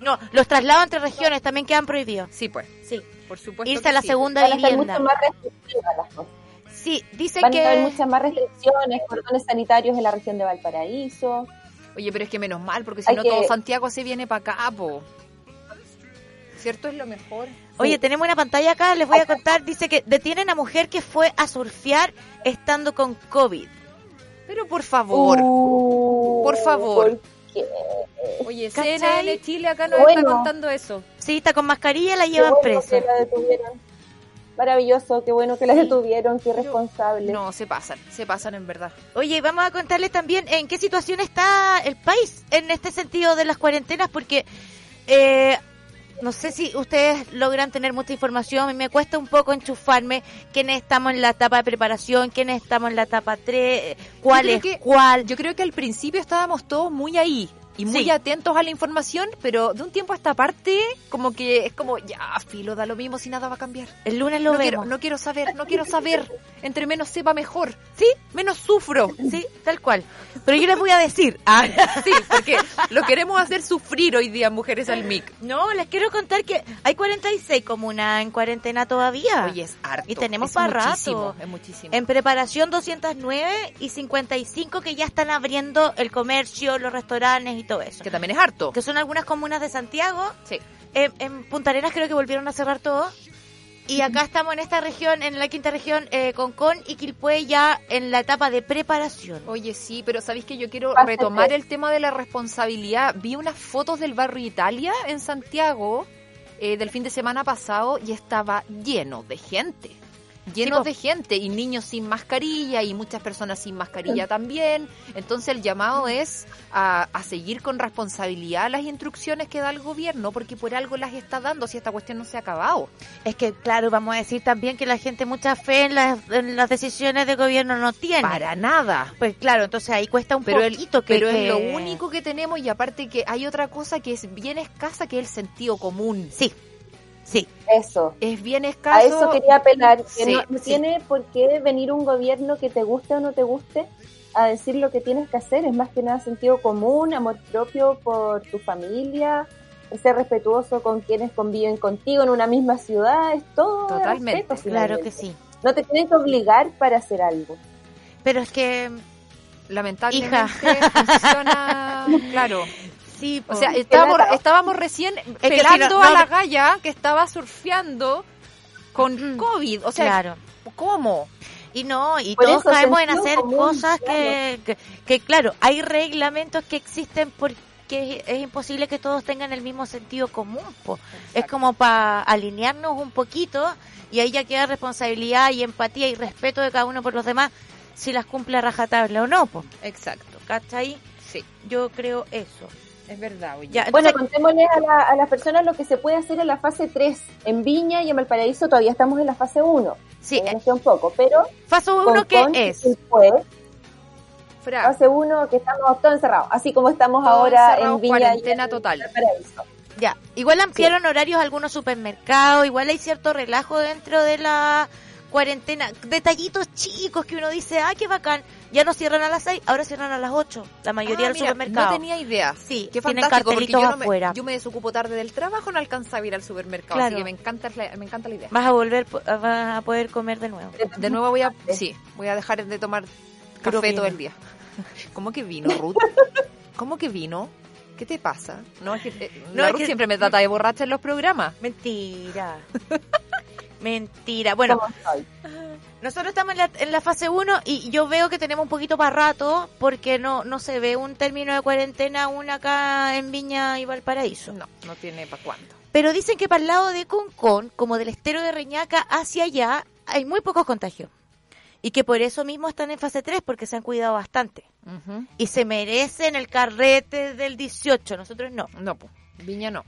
[SPEAKER 3] no. no, los traslados entre regiones también quedan prohibidos.
[SPEAKER 4] Sí, pues,
[SPEAKER 3] Sí.
[SPEAKER 4] por supuesto.
[SPEAKER 3] Irse
[SPEAKER 4] que
[SPEAKER 3] a la
[SPEAKER 4] sí.
[SPEAKER 3] segunda
[SPEAKER 5] Van a estar
[SPEAKER 3] vivienda.
[SPEAKER 5] mucho más restrictivas las cosas.
[SPEAKER 3] Sí, dice
[SPEAKER 5] Van a haber
[SPEAKER 3] que
[SPEAKER 5] muchas más restricciones, cordones sanitarios en la región de Valparaíso.
[SPEAKER 4] Oye, pero es que menos mal, porque si
[SPEAKER 5] Hay
[SPEAKER 4] no
[SPEAKER 5] que-
[SPEAKER 4] todo Santiago se viene para acá, po. ¿Cierto? Es lo mejor.
[SPEAKER 3] Oye, tenemos una pantalla acá, les voy a contar. Dice que detienen a mujer que fue a surfear estando con COVID.
[SPEAKER 4] Pero por favor.
[SPEAKER 5] Uh,
[SPEAKER 4] Por favor.
[SPEAKER 5] ¿por qué?
[SPEAKER 4] Oye,
[SPEAKER 3] ¿Cachai?
[SPEAKER 4] CNN Chile acá nos
[SPEAKER 5] Bueno.
[SPEAKER 4] está contando eso.
[SPEAKER 3] Sí, está con mascarilla, la
[SPEAKER 5] Qué
[SPEAKER 3] llevan
[SPEAKER 5] bueno
[SPEAKER 3] presa.
[SPEAKER 5] que la detuvieron. Maravilloso, qué bueno que la detuvieron, qué responsable.
[SPEAKER 4] No, se pasan, se pasan en verdad.
[SPEAKER 3] Oye, vamos a contarles también en qué situación está el país en este sentido de las cuarentenas, porque eh, no sé si ustedes logran tener mucha información, a mí me cuesta un poco enchufarme quiénes estamos en la etapa de preparación, quiénes estamos en la etapa 3, cuál
[SPEAKER 4] creo
[SPEAKER 3] es
[SPEAKER 4] que-
[SPEAKER 3] cuál.
[SPEAKER 4] Yo creo que al principio estábamos todos muy ahí y muy
[SPEAKER 3] Sí.
[SPEAKER 4] atentos a la información, pero de un tiempo a esta parte, como que es como, ya, filo, da lo mismo si nada va a cambiar.
[SPEAKER 3] El lunes lo
[SPEAKER 4] No quiero,
[SPEAKER 3] vemos.
[SPEAKER 4] no quiero saber, no quiero saber. Entre menos sepa mejor. Sí, menos sufro.
[SPEAKER 3] Sí, tal cual. Pero yo les voy a decir. Ah,
[SPEAKER 4] Sí, porque lo queremos hacer sufrir hoy día, mujeres al MIC.
[SPEAKER 3] No, les quiero contar que hay 46 comunas en cuarentena todavía.
[SPEAKER 4] Oye, es harto.
[SPEAKER 3] Ah. Y tenemos
[SPEAKER 4] es
[SPEAKER 3] pa' rato. Em-
[SPEAKER 4] muchísimo, Es muchísimo.
[SPEAKER 3] En preparación 209 y 55 que ya están abriendo el comercio, los restaurantes y todo eso.
[SPEAKER 4] Que también es harto.
[SPEAKER 3] Que son algunas comunas de Santiago.
[SPEAKER 4] Sí.
[SPEAKER 3] En, en Punta Arenas creo que volvieron a cerrar todo. Y acá estamos en esta región, en la quinta región, eh, Concón y Quilpué ya en la etapa de preparación.
[SPEAKER 4] Oye, sí, pero sabéis que yo quiero
[SPEAKER 5] Pásate.
[SPEAKER 4] retomar el tema de la responsabilidad. Vi unas fotos del barrio Italia en Santiago eh, del fin de semana pasado y estaba lleno de gente. llenos
[SPEAKER 3] Sí, po.
[SPEAKER 4] de gente y niños sin mascarilla y muchas personas sin mascarilla también. Entonces el llamado es a, a seguir con responsabilidad las instrucciones que da el gobierno porque por algo las está dando si esta cuestión no se ha acabado.
[SPEAKER 3] Es que, claro, vamos a decir también que la gente mucha fe en las, en las decisiones de gobierno no tiene.
[SPEAKER 4] Para nada.
[SPEAKER 3] Pues claro, entonces ahí cuesta un
[SPEAKER 4] Pero, el-
[SPEAKER 3] poquito que,
[SPEAKER 4] pero
[SPEAKER 3] que-
[SPEAKER 4] es lo único que tenemos y aparte que hay otra cosa que es bien escasa que es el sentido común.
[SPEAKER 3] Sí, sí.
[SPEAKER 5] Eso.
[SPEAKER 4] Es bien escaso.
[SPEAKER 5] A eso quería apelar. Que
[SPEAKER 4] Sí,
[SPEAKER 5] no, no
[SPEAKER 4] sí.
[SPEAKER 5] tiene por qué venir un gobierno que te guste o no te guste a decir lo que tienes que hacer. Es más que nada sentido común, amor propio por tu familia, ser respetuoso con quienes conviven contigo en una misma ciudad. Es todo. de
[SPEAKER 4] Totalmente,
[SPEAKER 5] respeto,
[SPEAKER 3] Claro
[SPEAKER 5] finalmente.
[SPEAKER 3] que sí.
[SPEAKER 5] No te tienes que obligar para hacer algo.
[SPEAKER 3] Pero es que,
[SPEAKER 4] lamentablemente
[SPEAKER 3] Hija. (laughs)
[SPEAKER 4] funciona claro
[SPEAKER 3] sí,
[SPEAKER 4] o
[SPEAKER 3] po.
[SPEAKER 4] sea estábamos,
[SPEAKER 5] Pelada.
[SPEAKER 4] estábamos recién
[SPEAKER 3] que si
[SPEAKER 4] pelando
[SPEAKER 3] no-
[SPEAKER 4] a
[SPEAKER 3] no-
[SPEAKER 4] la galla que estaba surfeando con
[SPEAKER 3] Mm.
[SPEAKER 4] covid o sea
[SPEAKER 3] claro.
[SPEAKER 4] cómo
[SPEAKER 3] Y no, y
[SPEAKER 5] Por
[SPEAKER 3] todos
[SPEAKER 5] eso,
[SPEAKER 3] caemos en
[SPEAKER 5] sentido
[SPEAKER 3] hacer
[SPEAKER 5] común,
[SPEAKER 3] cosas que, que, que, claro, hay reglamentos que existen porque es imposible que todos tengan el mismo sentido común. po. Es como para alinearnos un poquito y ahí ya queda responsabilidad y empatía y respeto de cada uno por los demás si las cumple a rajatabla o no. Po.
[SPEAKER 4] exacto
[SPEAKER 3] ¿Cachai?
[SPEAKER 4] sí
[SPEAKER 3] Yo creo eso.
[SPEAKER 4] es verdad oye.
[SPEAKER 3] Ya,
[SPEAKER 5] Bueno,
[SPEAKER 3] entonces-
[SPEAKER 5] contémosles a, la- a las personas lo que se puede hacer en la fase 3. En Viña y en Valparaíso todavía estamos en la fase 1.
[SPEAKER 3] sí, eh,
[SPEAKER 5] un poco, pero...
[SPEAKER 3] fase uno
[SPEAKER 5] con
[SPEAKER 3] que
[SPEAKER 5] Conchi
[SPEAKER 3] es. Ah.
[SPEAKER 5] sí puede.
[SPEAKER 4] Fra,
[SPEAKER 5] Hace uno que estamos todos encerrados, así como estamos
[SPEAKER 4] Todos
[SPEAKER 5] ahora
[SPEAKER 4] encerrados,
[SPEAKER 5] en Viña. y
[SPEAKER 4] cuarentena
[SPEAKER 5] en
[SPEAKER 4] total.
[SPEAKER 5] Valparaíso.
[SPEAKER 3] Ya, igual ampliaron horarios a algunos supermercados, igual hay cierto relajo dentro de la cuarentena, detallitos chicos que uno dice, ah, qué bacán, ya no cierran a las 6, ahora cierran a las 8, la
[SPEAKER 4] ah,
[SPEAKER 3] mayoría de los
[SPEAKER 4] mira,
[SPEAKER 3] supermercados.
[SPEAKER 4] no tenía idea
[SPEAKER 3] Sí,
[SPEAKER 4] Qué
[SPEAKER 3] tienen
[SPEAKER 4] fantástico, porque
[SPEAKER 3] cartelitos
[SPEAKER 4] yo, no me-
[SPEAKER 3] afuera.
[SPEAKER 4] yo me desocupo tarde del trabajo, no alcanzaba a ir al supermercado,
[SPEAKER 3] Claro.
[SPEAKER 4] así que me encanta, la- me encanta la idea.
[SPEAKER 3] Vas a volver, po- vas a poder comer de nuevo.
[SPEAKER 4] De nuevo voy a, sí, voy a dejar de tomar
[SPEAKER 3] Puro
[SPEAKER 4] café
[SPEAKER 3] vino.
[SPEAKER 4] todo el día. (laughs) ¿Cómo que vino, Ruth? ¿Cómo que vino? ¿Qué te pasa? No, es que, eh,
[SPEAKER 3] No,
[SPEAKER 4] la
[SPEAKER 3] es
[SPEAKER 4] Ruth
[SPEAKER 3] que-
[SPEAKER 4] siempre me trata de borracha en los programas.
[SPEAKER 3] Mentira. (laughs) Mentira. Bueno,
[SPEAKER 5] ¿Cómo estoy?
[SPEAKER 3] Nosotros estamos en la, en la fase 1 y yo veo que tenemos un poquito para rato porque no, no se ve un término de cuarentena aún acá en Viña y Valparaíso.
[SPEAKER 4] No, no tiene para cuánto.
[SPEAKER 3] Pero dicen que para el lado de Concón, como del estero de Reñaca hacia allá, hay muy pocos contagios. Y que por eso mismo están en fase 3 porque se han cuidado bastante.
[SPEAKER 4] Ujú.
[SPEAKER 3] Y se merecen el carrete del 18, nosotros no.
[SPEAKER 4] No, pues, Viña (laughs) no.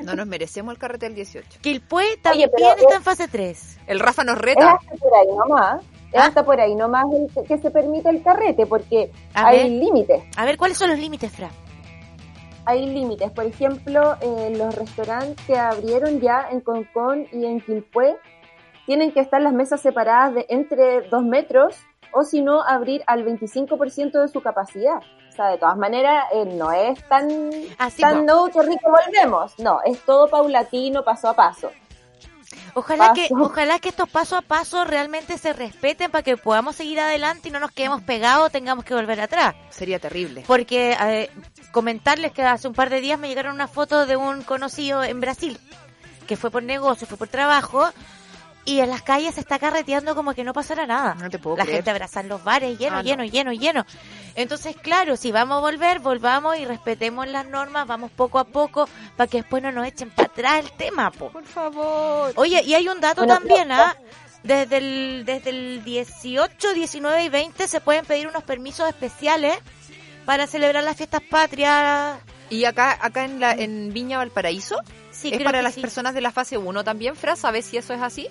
[SPEAKER 4] No nos merecemos el carrete del 18.
[SPEAKER 3] Quilpue también
[SPEAKER 5] pero
[SPEAKER 3] está
[SPEAKER 5] es-
[SPEAKER 3] en fase 3.
[SPEAKER 4] El Rafa nos
[SPEAKER 5] Es
[SPEAKER 4] reta.
[SPEAKER 5] hasta por ahí nomás. Es
[SPEAKER 3] ¿Ah?
[SPEAKER 5] hasta por ahí nomás el que- que se permite el carrete, porque
[SPEAKER 3] A
[SPEAKER 5] hay
[SPEAKER 3] ver,
[SPEAKER 5] límites.
[SPEAKER 3] a ver, ¿cuáles son los límites, Fran?
[SPEAKER 5] Hay límites. Por ejemplo, eh, los restaurantes que abrieron ya en Concón y en Quilpué tienen que estar las mesas separadas de entre dos metros o si no abrir al 25% de su capacidad. O sea, de todas maneras, eh, no es tan
[SPEAKER 3] Así pues,
[SPEAKER 5] tan no, qué rico volvemos. No, es todo paulatino, paso a paso.
[SPEAKER 3] Ojalá
[SPEAKER 5] paso.
[SPEAKER 3] que, ojalá que estos paso a paso realmente se respeten para que podamos seguir adelante y no nos quedemos pegados o tengamos que volver atrás.
[SPEAKER 4] Ah. Sería terrible.
[SPEAKER 3] Porque eh, comentarles que hace un par de días me llegaron una foto de un conocido en Brasil, que fue por negocio, fue por trabajo, y en las calles se está carreteando como que no pasara nada.
[SPEAKER 4] No te puedo
[SPEAKER 3] La
[SPEAKER 4] creer.
[SPEAKER 3] gente abraza en los bares, lleno,
[SPEAKER 4] Ah, no.
[SPEAKER 3] lleno, lleno, lleno. Entonces, claro, si vamos a volver, volvamos y respetemos las normas, vamos poco a poco, para que después no nos echen para atrás el tema, po.
[SPEAKER 4] Por favor.
[SPEAKER 3] Oye, y hay un dato
[SPEAKER 5] Bueno,
[SPEAKER 3] también,
[SPEAKER 5] pero-
[SPEAKER 3] ¿ah? Desde el, desde el 18, 19 y 20 se pueden pedir unos permisos especiales para celebrar las fiestas patrias.
[SPEAKER 4] Y acá, acá en, la, en Viña Valparaíso,
[SPEAKER 3] Sí,
[SPEAKER 4] ¿es
[SPEAKER 3] creo
[SPEAKER 4] para
[SPEAKER 3] que
[SPEAKER 4] las
[SPEAKER 3] sí.
[SPEAKER 4] personas de la fase 1 también, Fra? ¿Sabes si eso es así?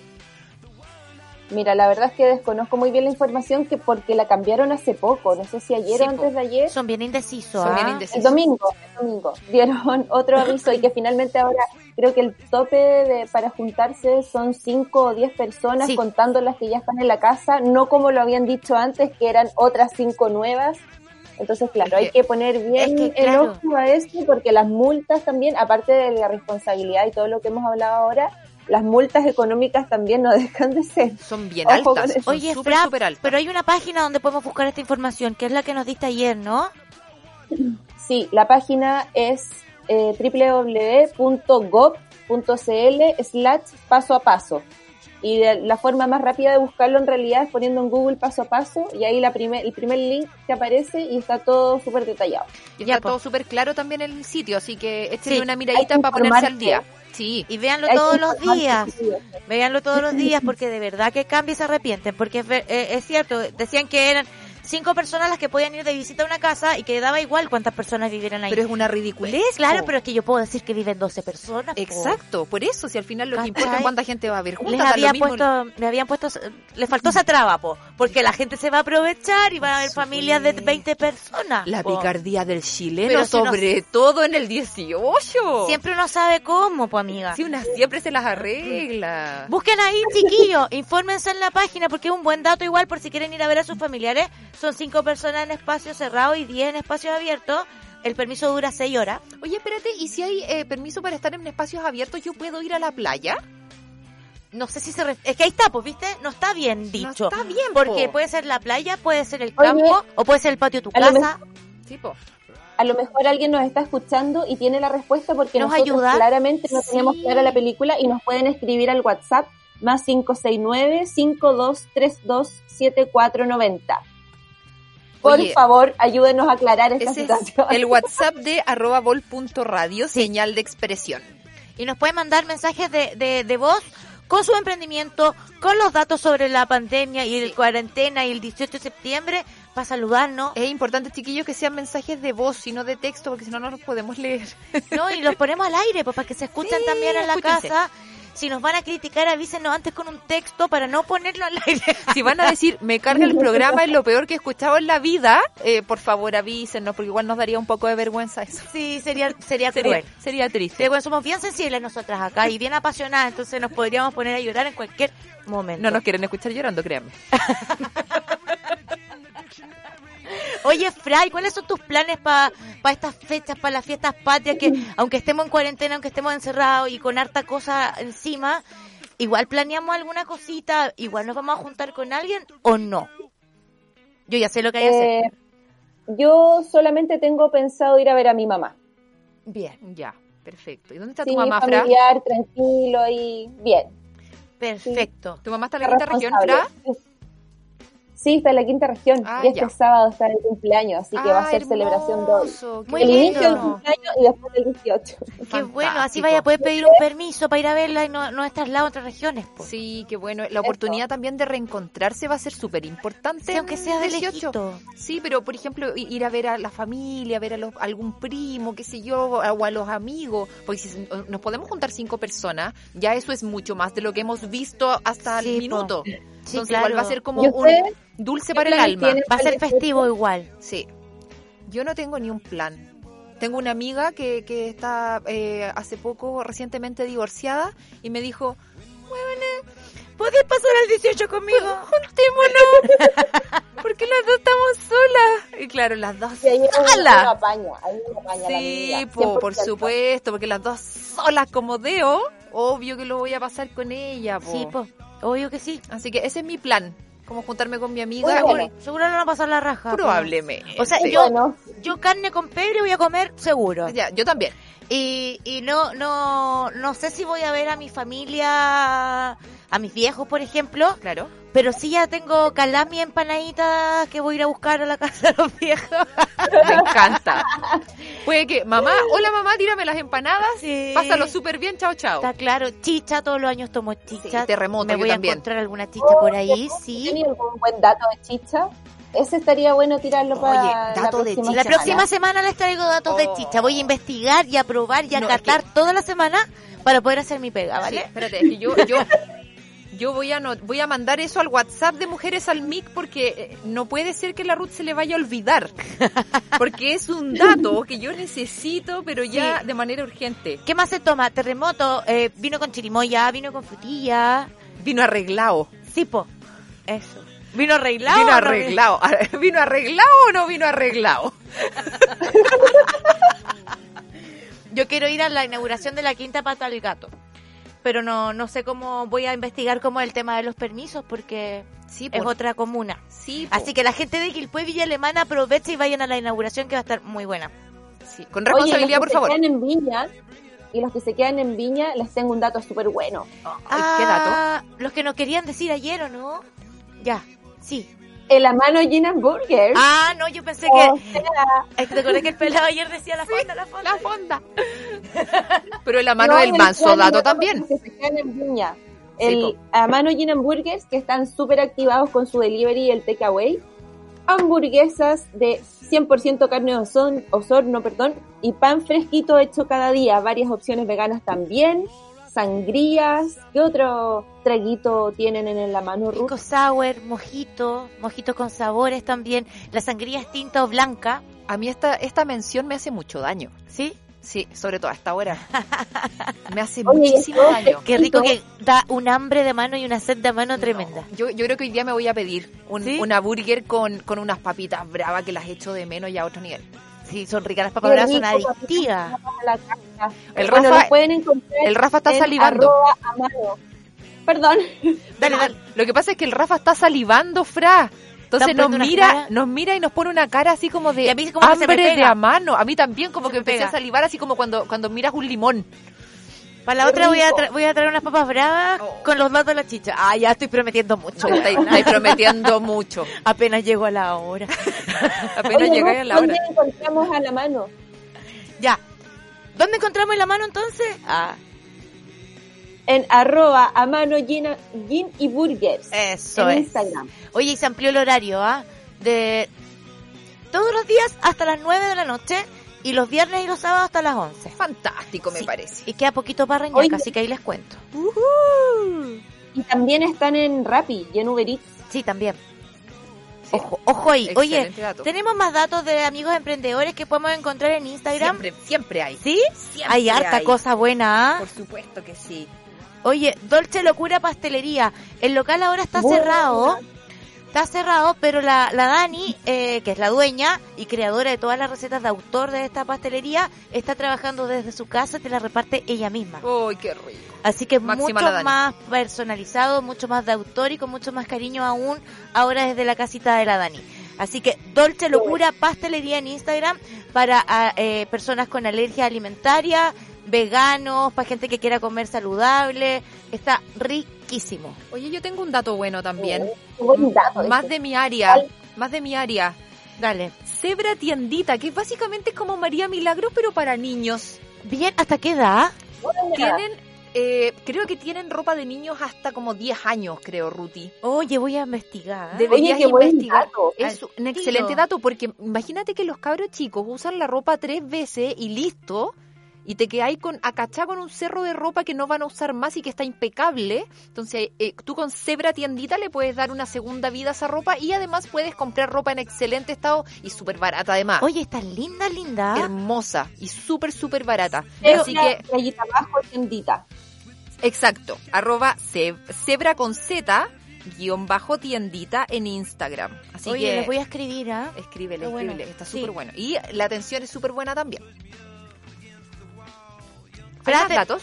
[SPEAKER 5] Mira, la verdad es que desconozco muy bien la información que porque la cambiaron hace poco, no sé si ayer
[SPEAKER 4] Sí,
[SPEAKER 5] o
[SPEAKER 4] po.
[SPEAKER 5] antes de ayer.
[SPEAKER 3] Son bien indecisos,
[SPEAKER 4] Son bien
[SPEAKER 3] ¿ah?
[SPEAKER 4] indecisos.
[SPEAKER 5] El domingo, el domingo, dieron (laughs) otro aviso y que finalmente ahora creo que el tope de, para juntarse son 5 o 10 personas
[SPEAKER 3] Sí.
[SPEAKER 5] contando las que ya están en la casa, no como lo habían dicho antes, que eran otras 5 nuevas. Entonces, claro,
[SPEAKER 4] Es
[SPEAKER 5] hay
[SPEAKER 4] que-
[SPEAKER 5] que poner bien
[SPEAKER 3] es que, claro.
[SPEAKER 5] el ojo a esto porque las multas también, aparte de la responsabilidad y todo lo que hemos hablado ahora, las multas económicas también no (laughs) dejan de ser.
[SPEAKER 4] Son bien
[SPEAKER 5] Ojo con
[SPEAKER 4] altas.
[SPEAKER 5] eso.
[SPEAKER 4] son
[SPEAKER 3] Oye,
[SPEAKER 4] súper,
[SPEAKER 3] Fra,
[SPEAKER 4] súper altas.
[SPEAKER 3] pero hay una página donde podemos buscar esta información, que es la que nos diste ayer, ¿no?
[SPEAKER 5] Sí, la página es eh, www.gov.cl slash paso a paso. Y de- la forma más rápida de buscarlo en realidad es poniendo en Google paso a paso y ahí la primer, el primer link te aparece y está todo súper detallado.
[SPEAKER 3] Ya,
[SPEAKER 4] Y está
[SPEAKER 3] po.
[SPEAKER 4] todo súper claro también en el sitio, así que échenle
[SPEAKER 3] Sí,
[SPEAKER 4] una
[SPEAKER 5] hay
[SPEAKER 4] miradita
[SPEAKER 5] que
[SPEAKER 4] para ponerse al
[SPEAKER 5] informarse.
[SPEAKER 4] día. Sí,
[SPEAKER 3] Y véanlo
[SPEAKER 5] Hay que
[SPEAKER 3] todos los
[SPEAKER 5] informarse,
[SPEAKER 3] días.
[SPEAKER 5] sí, o sea.
[SPEAKER 3] Véanlo todos los
[SPEAKER 4] (laughs)
[SPEAKER 3] días porque de verdad que cambia y se arrepienten. Porque es, ver- eh, es cierto, decían que eran cinco personas las que podían ir de visita a una casa y que daba igual cuántas personas vivieran ahí. Pues,
[SPEAKER 4] pero es una ridiculez.
[SPEAKER 3] claro,
[SPEAKER 4] po.
[SPEAKER 3] pero es que yo puedo decir que viven 12 personas. po.
[SPEAKER 4] Exacto, por eso, si al final lo que
[SPEAKER 3] ¿Cachai?
[SPEAKER 4] importa es cuánta gente va a ver juntas,
[SPEAKER 3] Les
[SPEAKER 4] da lo
[SPEAKER 3] había
[SPEAKER 4] mismo.
[SPEAKER 3] puesto, le habían puesto, le faltó esa traba, po, porque la gente se va a aprovechar y van a haber familias de 20 personas.
[SPEAKER 4] la
[SPEAKER 3] po.
[SPEAKER 4] picardía del chileno,
[SPEAKER 3] Pero si no-
[SPEAKER 4] sobre todo en el 18.
[SPEAKER 3] Siempre uno sabe cómo, pues amiga.
[SPEAKER 4] Si una siempre se las arregla.
[SPEAKER 3] Busquen ahí, chiquillos, (laughs) infórmense en la página porque es un buen dato igual por si quieren ir a ver a sus familiares. Son cinco personas en espacio cerrado y 10 en espacios abiertos. El permiso dura seis horas.
[SPEAKER 4] Oye, espérate, ¿y si hay eh, permiso para estar en espacios abiertos, yo puedo ir a la playa?
[SPEAKER 3] No sé si se ref- Es que ahí está, pues, ¿viste? No está bien dicho.
[SPEAKER 4] No está bien,
[SPEAKER 3] porque
[SPEAKER 4] po.
[SPEAKER 3] puede ser la playa, puede ser el
[SPEAKER 5] pues. Oye,
[SPEAKER 3] campo o puede ser el patio de tu
[SPEAKER 5] a lo
[SPEAKER 3] casa.
[SPEAKER 4] Sí, po.
[SPEAKER 5] A lo mejor alguien nos está escuchando y tiene la respuesta porque
[SPEAKER 3] ¿Nos
[SPEAKER 5] nosotros
[SPEAKER 3] ayuda?
[SPEAKER 5] claramente no tenemos
[SPEAKER 4] Sí.
[SPEAKER 5] clara la película y nos pueden escribir al WhatsApp más 569-5232-7490. Por
[SPEAKER 4] Oye.
[SPEAKER 5] favor, ayúdenos a aclarar esta
[SPEAKER 4] Ese es
[SPEAKER 5] situación.
[SPEAKER 4] el WhatsApp de arroba vol punto radio, señal de expresión.
[SPEAKER 3] Y nos pueden mandar mensajes de, de, de voz con su emprendimiento, con los datos sobre la pandemia y el cuarentena y el 18 de septiembre para saludarnos.
[SPEAKER 4] Es importante, chiquillos, que sean mensajes de voz y no de texto, porque si no, no los podemos leer.
[SPEAKER 3] No, y los ponemos al aire, pues para que se escuchen
[SPEAKER 4] Sí,
[SPEAKER 3] también en la
[SPEAKER 4] escúchense.
[SPEAKER 3] casa. Si nos van a criticar, avísenos antes con un texto para no ponerlo al aire.
[SPEAKER 4] (laughs)
[SPEAKER 3] (laughs)
[SPEAKER 4] Si van a decir, me carga el programa, es lo peor que he escuchado en la vida, eh, por favor avísenos, porque igual nos daría un poco de vergüenza eso.
[SPEAKER 3] Sí, sería, sería
[SPEAKER 4] Sería,
[SPEAKER 3] cruel.
[SPEAKER 4] sería triste.
[SPEAKER 3] Pero bueno, somos bien sensibles nosotras acá y bien apasionadas, entonces nos podríamos poner a llorar en cualquier momento.
[SPEAKER 4] No nos quieren escuchar llorando, créanme.
[SPEAKER 3] Oye, Fray, ¿cuáles son tus planes para estas fechas, para las fiestas patrias? Que aunque estemos en cuarentena, aunque estemos encerrados y con harta cosa encima, igual planeamos alguna cosita, igual nos vamos a juntar con alguien o no. Yo ya sé lo que hay que hacer.
[SPEAKER 5] Eh, yo solamente tengo pensado ir a ver a mi mamá.
[SPEAKER 3] Bien,
[SPEAKER 4] Ya, perfecto. ¿Y dónde está tu
[SPEAKER 5] Sí,
[SPEAKER 4] mamá, Fra?
[SPEAKER 5] familiar, tranquilo y bien.
[SPEAKER 3] perfecto.
[SPEAKER 4] ¿Tu mamá está en la
[SPEAKER 5] Está
[SPEAKER 4] quinta región,
[SPEAKER 5] responsable.
[SPEAKER 4] Fra?
[SPEAKER 5] Sí, está en la quinta región
[SPEAKER 4] Ah,
[SPEAKER 5] y este
[SPEAKER 4] ya.
[SPEAKER 5] sábado está el cumpleaños, así que va a
[SPEAKER 4] Ah,
[SPEAKER 5] ser celebración de hoy.
[SPEAKER 4] hermoso, qué
[SPEAKER 3] Muy
[SPEAKER 5] el
[SPEAKER 3] lindo.
[SPEAKER 5] inicio del
[SPEAKER 4] bueno.
[SPEAKER 5] cumpleaños y después del 18.
[SPEAKER 3] Qué bueno, así
[SPEAKER 4] Fantástico.
[SPEAKER 3] vaya a poder pedir un permiso para ir a verla y no, no estar lado entre regiones. po.
[SPEAKER 4] Sí, qué bueno. La oportunidad también de reencontrarse va a ser súper importante.
[SPEAKER 3] Sí, aunque
[SPEAKER 4] en
[SPEAKER 3] sea de
[SPEAKER 4] 18.
[SPEAKER 3] lejito.
[SPEAKER 4] Sí, pero por ejemplo, i- ir a ver a la familia, ver a los- algún primo, qué sé yo, a- o a los amigos, porque si se- nos podemos juntar cinco personas, ya eso es mucho más de lo que hemos visto hasta
[SPEAKER 3] Sí,
[SPEAKER 4] el
[SPEAKER 3] po.
[SPEAKER 4] minuto.
[SPEAKER 3] Sí,
[SPEAKER 4] Entonces
[SPEAKER 3] claro.
[SPEAKER 4] igual va a ser como
[SPEAKER 5] ¿Y
[SPEAKER 4] un
[SPEAKER 5] ustedes?
[SPEAKER 4] dulce
[SPEAKER 5] ¿Qué
[SPEAKER 4] para el
[SPEAKER 5] planes
[SPEAKER 4] alma.
[SPEAKER 5] tienen?
[SPEAKER 3] Va a ser festivo igual.
[SPEAKER 4] Sí. Yo no tengo ni un plan. Tengo una amiga que, que está eh, hace poco recientemente divorciada y me dijo,
[SPEAKER 3] ¿Podés pasar al 18
[SPEAKER 4] (laughs)
[SPEAKER 3] conmigo?
[SPEAKER 4] juntémonos, (laughs) porque las dos estamos solas. Y claro, las dos
[SPEAKER 5] Sí, ahí hay un-
[SPEAKER 4] ¡Hala!
[SPEAKER 5] un apaño, hay un apaño a la
[SPEAKER 4] Sí,
[SPEAKER 5] medida,
[SPEAKER 4] po, por
[SPEAKER 5] 100%.
[SPEAKER 4] supuesto, porque las dos solas como Deo, obvio que lo voy a pasar con ella. Po.
[SPEAKER 3] Sí, po. obvio que sí.
[SPEAKER 4] Así que ese es mi plan, como juntarme con mi amiga.
[SPEAKER 5] Bueno,
[SPEAKER 4] bueno,
[SPEAKER 5] bueno.
[SPEAKER 3] Seguro no van a pasar la raja. po.
[SPEAKER 4] probablemente.
[SPEAKER 3] O sea,
[SPEAKER 5] Sí.
[SPEAKER 3] yo-
[SPEAKER 5] Bueno,
[SPEAKER 3] Yo carne con pebre voy a comer seguro.
[SPEAKER 4] Ya, yo también.
[SPEAKER 3] Y, y no, no, no sé si voy a ver a mi familia, a mis viejos, por ejemplo,
[SPEAKER 4] Claro.
[SPEAKER 3] pero sí ya tengo calami empanaditas que voy a ir a buscar a la casa de los viejos.
[SPEAKER 4] (laughs) Me encanta. Puede que, mamá, hola mamá, tírame las empanadas.
[SPEAKER 3] Sí.
[SPEAKER 4] Pásalo súper bien, chao, chao.
[SPEAKER 3] Está claro, chicha, todos los años tomo chicha.
[SPEAKER 4] Sí, terremoto,
[SPEAKER 3] Me
[SPEAKER 4] yo
[SPEAKER 3] voy
[SPEAKER 4] también.
[SPEAKER 3] a encontrar alguna chicha por ahí,
[SPEAKER 5] Oh,
[SPEAKER 3] sí.
[SPEAKER 5] ¿Tiene algún buen dato de chicha? Ese estaría bueno tirarlo para la
[SPEAKER 4] dato de
[SPEAKER 5] próxima Oh.
[SPEAKER 4] chicha.
[SPEAKER 3] La
[SPEAKER 5] semana.
[SPEAKER 3] próxima semana les traigo datos de chicha. Voy a investigar y a probar y a
[SPEAKER 4] No, es
[SPEAKER 3] catar toda la semana para poder hacer mi pega,
[SPEAKER 4] Sí,
[SPEAKER 3] ¿vale?
[SPEAKER 4] espérate, es que yo, yo, (laughs) yo voy, a no- voy a mandar eso al WhatsApp de Mujeres al MIC porque eh, no puede ser que la Ruth se le vaya a olvidar. Porque es un dato que yo necesito, pero ya de manera urgente.
[SPEAKER 3] ¿Qué más se toma? Terremoto, eh, vino con chirimoya, vino con frutilla.
[SPEAKER 4] Vino arreglado.
[SPEAKER 3] Tipo, eso. Vino arreglado.
[SPEAKER 4] Vino
[SPEAKER 3] o no
[SPEAKER 4] arreglado. (laughs) ¿Vino arreglado o no vino arreglado?
[SPEAKER 3] vino? Yo quiero ir a la inauguración de la quinta pata del gato. Pero no, no sé cómo voy a investigar cómo es el tema de los permisos porque
[SPEAKER 4] Sí,
[SPEAKER 3] es
[SPEAKER 4] po.
[SPEAKER 3] otra comuna.
[SPEAKER 4] Sí, po.
[SPEAKER 3] Así que la gente de Quilpue Villa Alemana aproveche y vayan a la inauguración que va a estar muy buena.
[SPEAKER 4] pues. Sí, Con
[SPEAKER 5] Oye, los
[SPEAKER 4] responsabilidad,
[SPEAKER 5] que
[SPEAKER 4] por
[SPEAKER 5] se
[SPEAKER 4] favor.
[SPEAKER 5] quedan en Viña, y los que se quedan en Viña les tengo un dato súper bueno.
[SPEAKER 4] Ay, ¿Qué dato?
[SPEAKER 3] Ah, Los que nos querían decir ayer, ¿o no? Ya, sí.
[SPEAKER 5] El Amano Gin and Burger.
[SPEAKER 3] Ah, no, yo pensé
[SPEAKER 5] ¿Eh? o
[SPEAKER 3] que...
[SPEAKER 5] sea,
[SPEAKER 3] Es que te acordás que el pelado ayer decía la fonda, la fonda.
[SPEAKER 4] La fonda. (laughs) Pero en la mano
[SPEAKER 5] no,
[SPEAKER 4] del
[SPEAKER 5] el
[SPEAKER 4] manso
[SPEAKER 5] plan
[SPEAKER 4] dato
[SPEAKER 5] no
[SPEAKER 4] también.
[SPEAKER 5] que se quedan en Viña.
[SPEAKER 4] Sí,
[SPEAKER 5] El Amano Gin and Burgers, que están súper activados con su delivery y el takeaway. Hamburguesas de 100% carne de oson- osorno, perdón, y pan fresquito hecho cada día. Varias opciones veganas también. Sangrías. ¿Qué otro traguito tienen en el Amano Ruth?
[SPEAKER 3] Rico sour, mojito, mojito con sabores también. La sangría es tinta o blanca,
[SPEAKER 4] A mí esta, esta mención me hace mucho daño.
[SPEAKER 3] ¿sí?
[SPEAKER 4] Sí, sobre todo a esta
[SPEAKER 3] (laughs)
[SPEAKER 4] hora. Me hace
[SPEAKER 5] Oye,
[SPEAKER 4] muchísimo
[SPEAKER 5] esto-
[SPEAKER 4] daño.
[SPEAKER 3] Qué rico que da un hambre de mano y una sed de mano tremenda.
[SPEAKER 4] No, Yo, yo creo que hoy día me voy a pedir un-
[SPEAKER 3] ¿Sí?
[SPEAKER 4] una burger con, con unas papitas bravas que las echo de menos y a otro nivel.
[SPEAKER 3] Sí, son ricas las
[SPEAKER 5] Qué
[SPEAKER 3] papas bravas, son
[SPEAKER 5] rico,
[SPEAKER 3] adictivas.
[SPEAKER 5] la caja.
[SPEAKER 4] El
[SPEAKER 5] Bueno,
[SPEAKER 4] Rafa-
[SPEAKER 5] lo pueden encontrar
[SPEAKER 4] El Rafa está
[SPEAKER 5] en
[SPEAKER 4] salivando.
[SPEAKER 5] arroba amado. Perdón.
[SPEAKER 3] Dale, dale.
[SPEAKER 4] Lo que pasa es que el Rafa está salivando, Fra. Entonces
[SPEAKER 3] Está
[SPEAKER 4] nos
[SPEAKER 3] poniendo una
[SPEAKER 4] mira,
[SPEAKER 3] cara.
[SPEAKER 4] nos mira y nos pone una cara así como
[SPEAKER 3] Y
[SPEAKER 4] de
[SPEAKER 3] a mí como que se me
[SPEAKER 4] hambre de
[SPEAKER 3] pega.
[SPEAKER 4] a mano. A mí también como
[SPEAKER 3] Se
[SPEAKER 4] que
[SPEAKER 3] me
[SPEAKER 4] empecé
[SPEAKER 3] pega.
[SPEAKER 4] a salivar así como cuando, cuando miras un limón.
[SPEAKER 3] Para la
[SPEAKER 5] Qué
[SPEAKER 3] otra voy a,
[SPEAKER 5] rico.
[SPEAKER 3] tra- voy a traer unas papas bravas
[SPEAKER 4] Oh.
[SPEAKER 3] con los datos de la chicha. Ah, ya estoy prometiendo
[SPEAKER 5] (laughs)
[SPEAKER 3] mucho. ya.
[SPEAKER 4] Estáis estáis prometiendo mucho.
[SPEAKER 3] Apenas llego a la hora.
[SPEAKER 4] Apenas
[SPEAKER 5] Oye,
[SPEAKER 4] llegáis
[SPEAKER 5] Ruth,
[SPEAKER 4] a la hora.
[SPEAKER 5] ¿Dónde encontramos a la mano?
[SPEAKER 3] Ya. ¿Dónde encontramos la mano entonces? Ah,
[SPEAKER 5] En arroba a mano gin, gin y burgers.
[SPEAKER 3] eso
[SPEAKER 5] en
[SPEAKER 3] es.
[SPEAKER 5] Instagram.
[SPEAKER 3] Oye, y se amplió el horario, ¿ah? De todos los días hasta las 9 de la noche y los viernes y los sábados hasta las 11.
[SPEAKER 4] Fantástico, me
[SPEAKER 3] Sí.
[SPEAKER 4] parece.
[SPEAKER 3] Y queda poquito para Reñaca,
[SPEAKER 5] Oye.
[SPEAKER 3] así que ahí les cuento.
[SPEAKER 5] Y también están en Rappi y en Uber Eats.
[SPEAKER 3] Sí, también.
[SPEAKER 4] Sí.
[SPEAKER 3] Ojo, ojo ahí.
[SPEAKER 4] Excelente dato.
[SPEAKER 3] Oye, tenemos más datos de amigos emprendedores que podemos encontrar en Instagram.
[SPEAKER 4] Siempre, siempre hay.
[SPEAKER 3] ¿Sí?
[SPEAKER 4] Siempre
[SPEAKER 3] Hay harta cosa buena, ¿ah?
[SPEAKER 4] Por supuesto que sí.
[SPEAKER 3] Oye, Dolce Locura Pastelería. El local ahora está cerrado. Está cerrado, pero la, la Dani, eh, que es la dueña y creadora de todas las recetas de autor de esta pastelería, está trabajando desde su casa y te la reparte ella misma.
[SPEAKER 4] Uy, qué rico.
[SPEAKER 3] Así que
[SPEAKER 4] Máxima la
[SPEAKER 3] mucho
[SPEAKER 4] Dani.
[SPEAKER 3] más personalizado, mucho más de autor y con mucho más cariño aún ahora desde la casita de la Dani. Así que Dolce Locura Pastelería en Instagram para ah, eh, personas con alergia alimentaria, veganos, para gente que quiera comer saludable. Está riquísimo.
[SPEAKER 4] Oye, yo tengo un dato bueno también.
[SPEAKER 5] Qué Oh, buen dato
[SPEAKER 4] Mm, Más
[SPEAKER 5] ese.
[SPEAKER 4] de mi área. Más de mi área.
[SPEAKER 3] Dale.
[SPEAKER 4] Zebra Tiendita, que básicamente es como María Milagro, pero para niños.
[SPEAKER 3] Bien, ¿hasta qué edad?
[SPEAKER 4] Tienen, eh, creo que tienen ropa de niños hasta como 10 años, creo, Ruti.
[SPEAKER 3] Oye, voy a investigar.
[SPEAKER 5] Oye,
[SPEAKER 4] Deberías
[SPEAKER 5] qué buen
[SPEAKER 4] investigar.
[SPEAKER 5] dato.
[SPEAKER 4] Es
[SPEAKER 3] Al
[SPEAKER 4] un
[SPEAKER 3] tiro.
[SPEAKER 4] excelente dato porque imagínate que los cabros chicos usan la ropa tres veces y listo, y te quedáis con acachá con un cerro de ropa que no van a usar más y que está impecable. Entonces, eh, tú con Zebra Tiendita le puedes dar una segunda vida a esa ropa y además puedes comprar ropa en excelente estado y súper barata además.
[SPEAKER 3] Oye, ¿ah? está linda, linda.
[SPEAKER 4] Hermosa y súper, súper barata.
[SPEAKER 5] Pero
[SPEAKER 4] Así
[SPEAKER 5] la
[SPEAKER 4] que
[SPEAKER 5] rayita abajo, tiendita.
[SPEAKER 4] Exacto, arroba ce- cebra con Z, guión bajo tiendita en Instagram. Así
[SPEAKER 3] Oye,
[SPEAKER 4] que
[SPEAKER 3] les voy a escribir, ¿ah?
[SPEAKER 4] escríbele,
[SPEAKER 3] Qué bueno,
[SPEAKER 4] escríbele, está
[SPEAKER 3] sí.
[SPEAKER 4] súper bueno. Y la atención es súper buena también.
[SPEAKER 3] Fran,
[SPEAKER 4] ¿Hay más
[SPEAKER 3] te-
[SPEAKER 4] datos?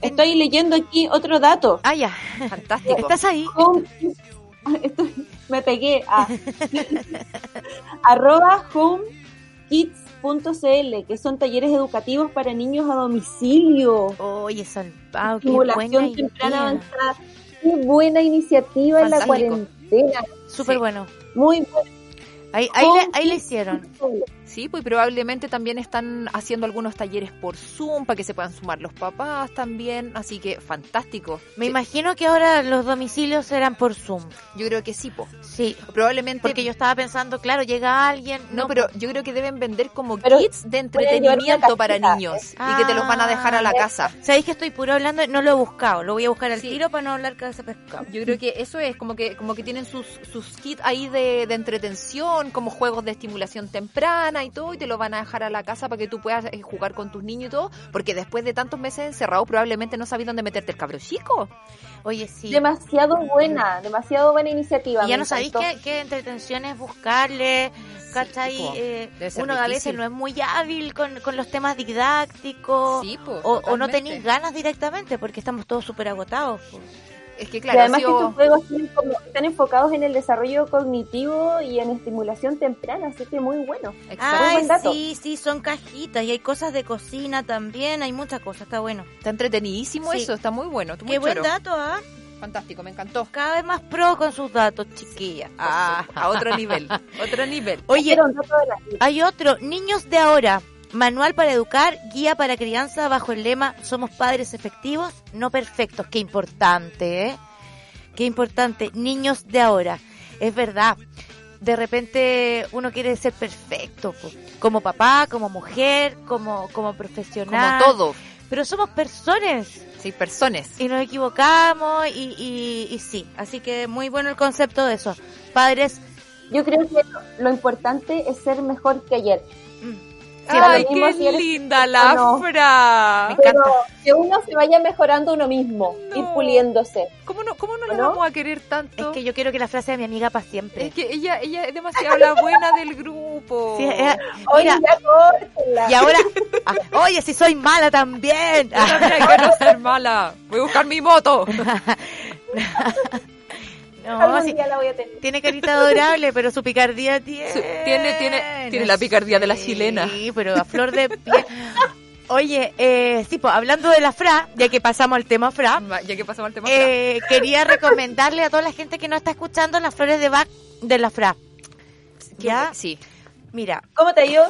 [SPEAKER 5] Estoy leyendo aquí otro dato.
[SPEAKER 3] Ah, ya.
[SPEAKER 4] (laughs) Fantástico.
[SPEAKER 3] ¿Estás ahí?
[SPEAKER 5] Home- (laughs) Estoy- me pegué a arroba homekids.cl, que son talleres educativos para niños a domicilio.
[SPEAKER 3] Oye, salvado, Oh, qué buena
[SPEAKER 5] Simulación temprana
[SPEAKER 3] idea.
[SPEAKER 5] avanzada. Qué buena iniciativa en la
[SPEAKER 4] Fantástico.
[SPEAKER 5] cuarentena.
[SPEAKER 3] Súper
[SPEAKER 4] Sí. Oh,
[SPEAKER 3] bueno.
[SPEAKER 5] Muy buena.
[SPEAKER 3] Ahí, ahí, le, ahí le hicieron.
[SPEAKER 4] Sí, pues probablemente también están haciendo algunos talleres por Zoom para que se puedan sumar los papás también. Así que fantástico.
[SPEAKER 3] Me
[SPEAKER 4] Sí,
[SPEAKER 3] imagino que ahora los domicilios serán por Zoom.
[SPEAKER 4] Yo creo que sí, po.
[SPEAKER 3] Sí.
[SPEAKER 4] Probablemente.
[SPEAKER 3] Porque yo estaba pensando, claro, llega alguien.
[SPEAKER 4] No, pero yo creo que deben vender como
[SPEAKER 5] Pero
[SPEAKER 4] kits de
[SPEAKER 5] voy a llevar una
[SPEAKER 4] entretenimiento para
[SPEAKER 5] cajita,
[SPEAKER 4] niños y que te los van a dejar a la
[SPEAKER 3] Ah.
[SPEAKER 4] casa.
[SPEAKER 3] Sabéis que estoy puro hablando, no lo he buscado. Lo voy a buscar al
[SPEAKER 4] Sí.
[SPEAKER 3] tiro para no hablar cabeza de pescado.
[SPEAKER 4] Yo creo que eso es, como que, como que tienen sus, sus kits ahí de, de entretención, como juegos de estimulación temprana y todo, y te lo van a dejar a la casa para que tú puedas eh, jugar con tus niños y todo, porque después de tantos meses encerrado probablemente no sabías dónde meterte el cabro chico.
[SPEAKER 3] Oye, sí.
[SPEAKER 5] Demasiado buena, demasiado buena iniciativa.
[SPEAKER 3] Y ya
[SPEAKER 5] me
[SPEAKER 3] no sabéis
[SPEAKER 5] encantó.
[SPEAKER 3] qué, qué entretenciones buscarle, ¿cachai?
[SPEAKER 4] po.
[SPEAKER 3] Eh,
[SPEAKER 4] Debe ser
[SPEAKER 3] uno a veces
[SPEAKER 4] difícil.
[SPEAKER 3] no es muy hábil con, con los temas didácticos.
[SPEAKER 4] Sí, pues.
[SPEAKER 3] O, o no tenéis ganas directamente porque estamos todos súper agotados. po.
[SPEAKER 4] Es que
[SPEAKER 5] y
[SPEAKER 4] claro,
[SPEAKER 5] además
[SPEAKER 4] si
[SPEAKER 5] que
[SPEAKER 4] vos-
[SPEAKER 5] estos juegos tienen como- están enfocados en el desarrollo cognitivo y en estimulación temprana, así que muy bueno.
[SPEAKER 4] Exacto.
[SPEAKER 5] Muy
[SPEAKER 3] Ay,
[SPEAKER 5] buen dato.
[SPEAKER 3] sí, sí, son cajitas y hay cosas de cocina también, hay muchas cosas, está bueno.
[SPEAKER 4] Está entretenidísimo
[SPEAKER 3] Sí.
[SPEAKER 4] eso, está muy bueno. Tú muy
[SPEAKER 3] Qué buen
[SPEAKER 4] choro.
[SPEAKER 3] dato, ¿ah?
[SPEAKER 4] Fantástico, me encantó.
[SPEAKER 3] Cada vez más pro con sus datos, chiquillas.
[SPEAKER 4] Ah, a otro nivel, otro nivel.
[SPEAKER 3] Oye,
[SPEAKER 5] Era un dato de la
[SPEAKER 3] hay otro, Niños de ahora, manual para educar, guía para crianza bajo el lema Somos padres efectivos, no perfectos. Qué importante, ¿eh? Qué importante, Niños de ahora. Es verdad. De repente uno quiere ser perfecto, po. como papá, como mujer, como como
[SPEAKER 4] Como
[SPEAKER 3] profesional,
[SPEAKER 4] todo,
[SPEAKER 3] Pero somos personas
[SPEAKER 4] sí, personas.
[SPEAKER 3] y nos equivocamos y, y, y sí. Así que muy bueno el concepto de eso. Padres,
[SPEAKER 5] Yo creo que lo importante es ser mejor que ayer.
[SPEAKER 3] mm,
[SPEAKER 5] era
[SPEAKER 4] Ay,
[SPEAKER 5] lo mismo
[SPEAKER 4] qué
[SPEAKER 5] si eres
[SPEAKER 4] linda la
[SPEAKER 5] o no.
[SPEAKER 4] fra.
[SPEAKER 5] Pero que uno se vaya mejorando uno mismo,
[SPEAKER 4] No.
[SPEAKER 5] ir puliéndose.
[SPEAKER 4] ¿Cómo no, cómo no la
[SPEAKER 5] ¿O no?
[SPEAKER 4] vamos a querer tanto?
[SPEAKER 3] es que yo quiero que la frase de mi amiga para siempre.
[SPEAKER 4] Es que ella, ella es demasiado la buena del grupo.
[SPEAKER 3] (laughs) Sí, es-
[SPEAKER 4] Oh.
[SPEAKER 5] Oye,
[SPEAKER 3] Mira,
[SPEAKER 5] ya córtela.
[SPEAKER 3] y ahora, ah, oye, si soy mala también. Ah,
[SPEAKER 4] (laughs) Yo también quiero ser mala. Voy a buscar
[SPEAKER 3] (laughs)
[SPEAKER 4] mi moto.
[SPEAKER 3] No,
[SPEAKER 5] Algún
[SPEAKER 3] sí,
[SPEAKER 5] día la voy a tener.
[SPEAKER 3] tiene carita adorable, pero su picardía tiene.
[SPEAKER 4] Su- tiene- tiene- tiene la picardía de la chilena.
[SPEAKER 3] Sí, pero a flor
[SPEAKER 4] (laughs)
[SPEAKER 3] de piel. Oye, eh, sí, pues hablando de la Fra, ya que pasamos al tema Fra,
[SPEAKER 4] Ma- Ya que pasamos al tema.
[SPEAKER 3] Eh, quería recomendarle a toda la gente que no está escuchando las flores de Bach de la Fra.
[SPEAKER 4] fra.
[SPEAKER 3] Ya,
[SPEAKER 4] Sí.
[SPEAKER 3] mira,
[SPEAKER 5] ¿Cómo te ha ido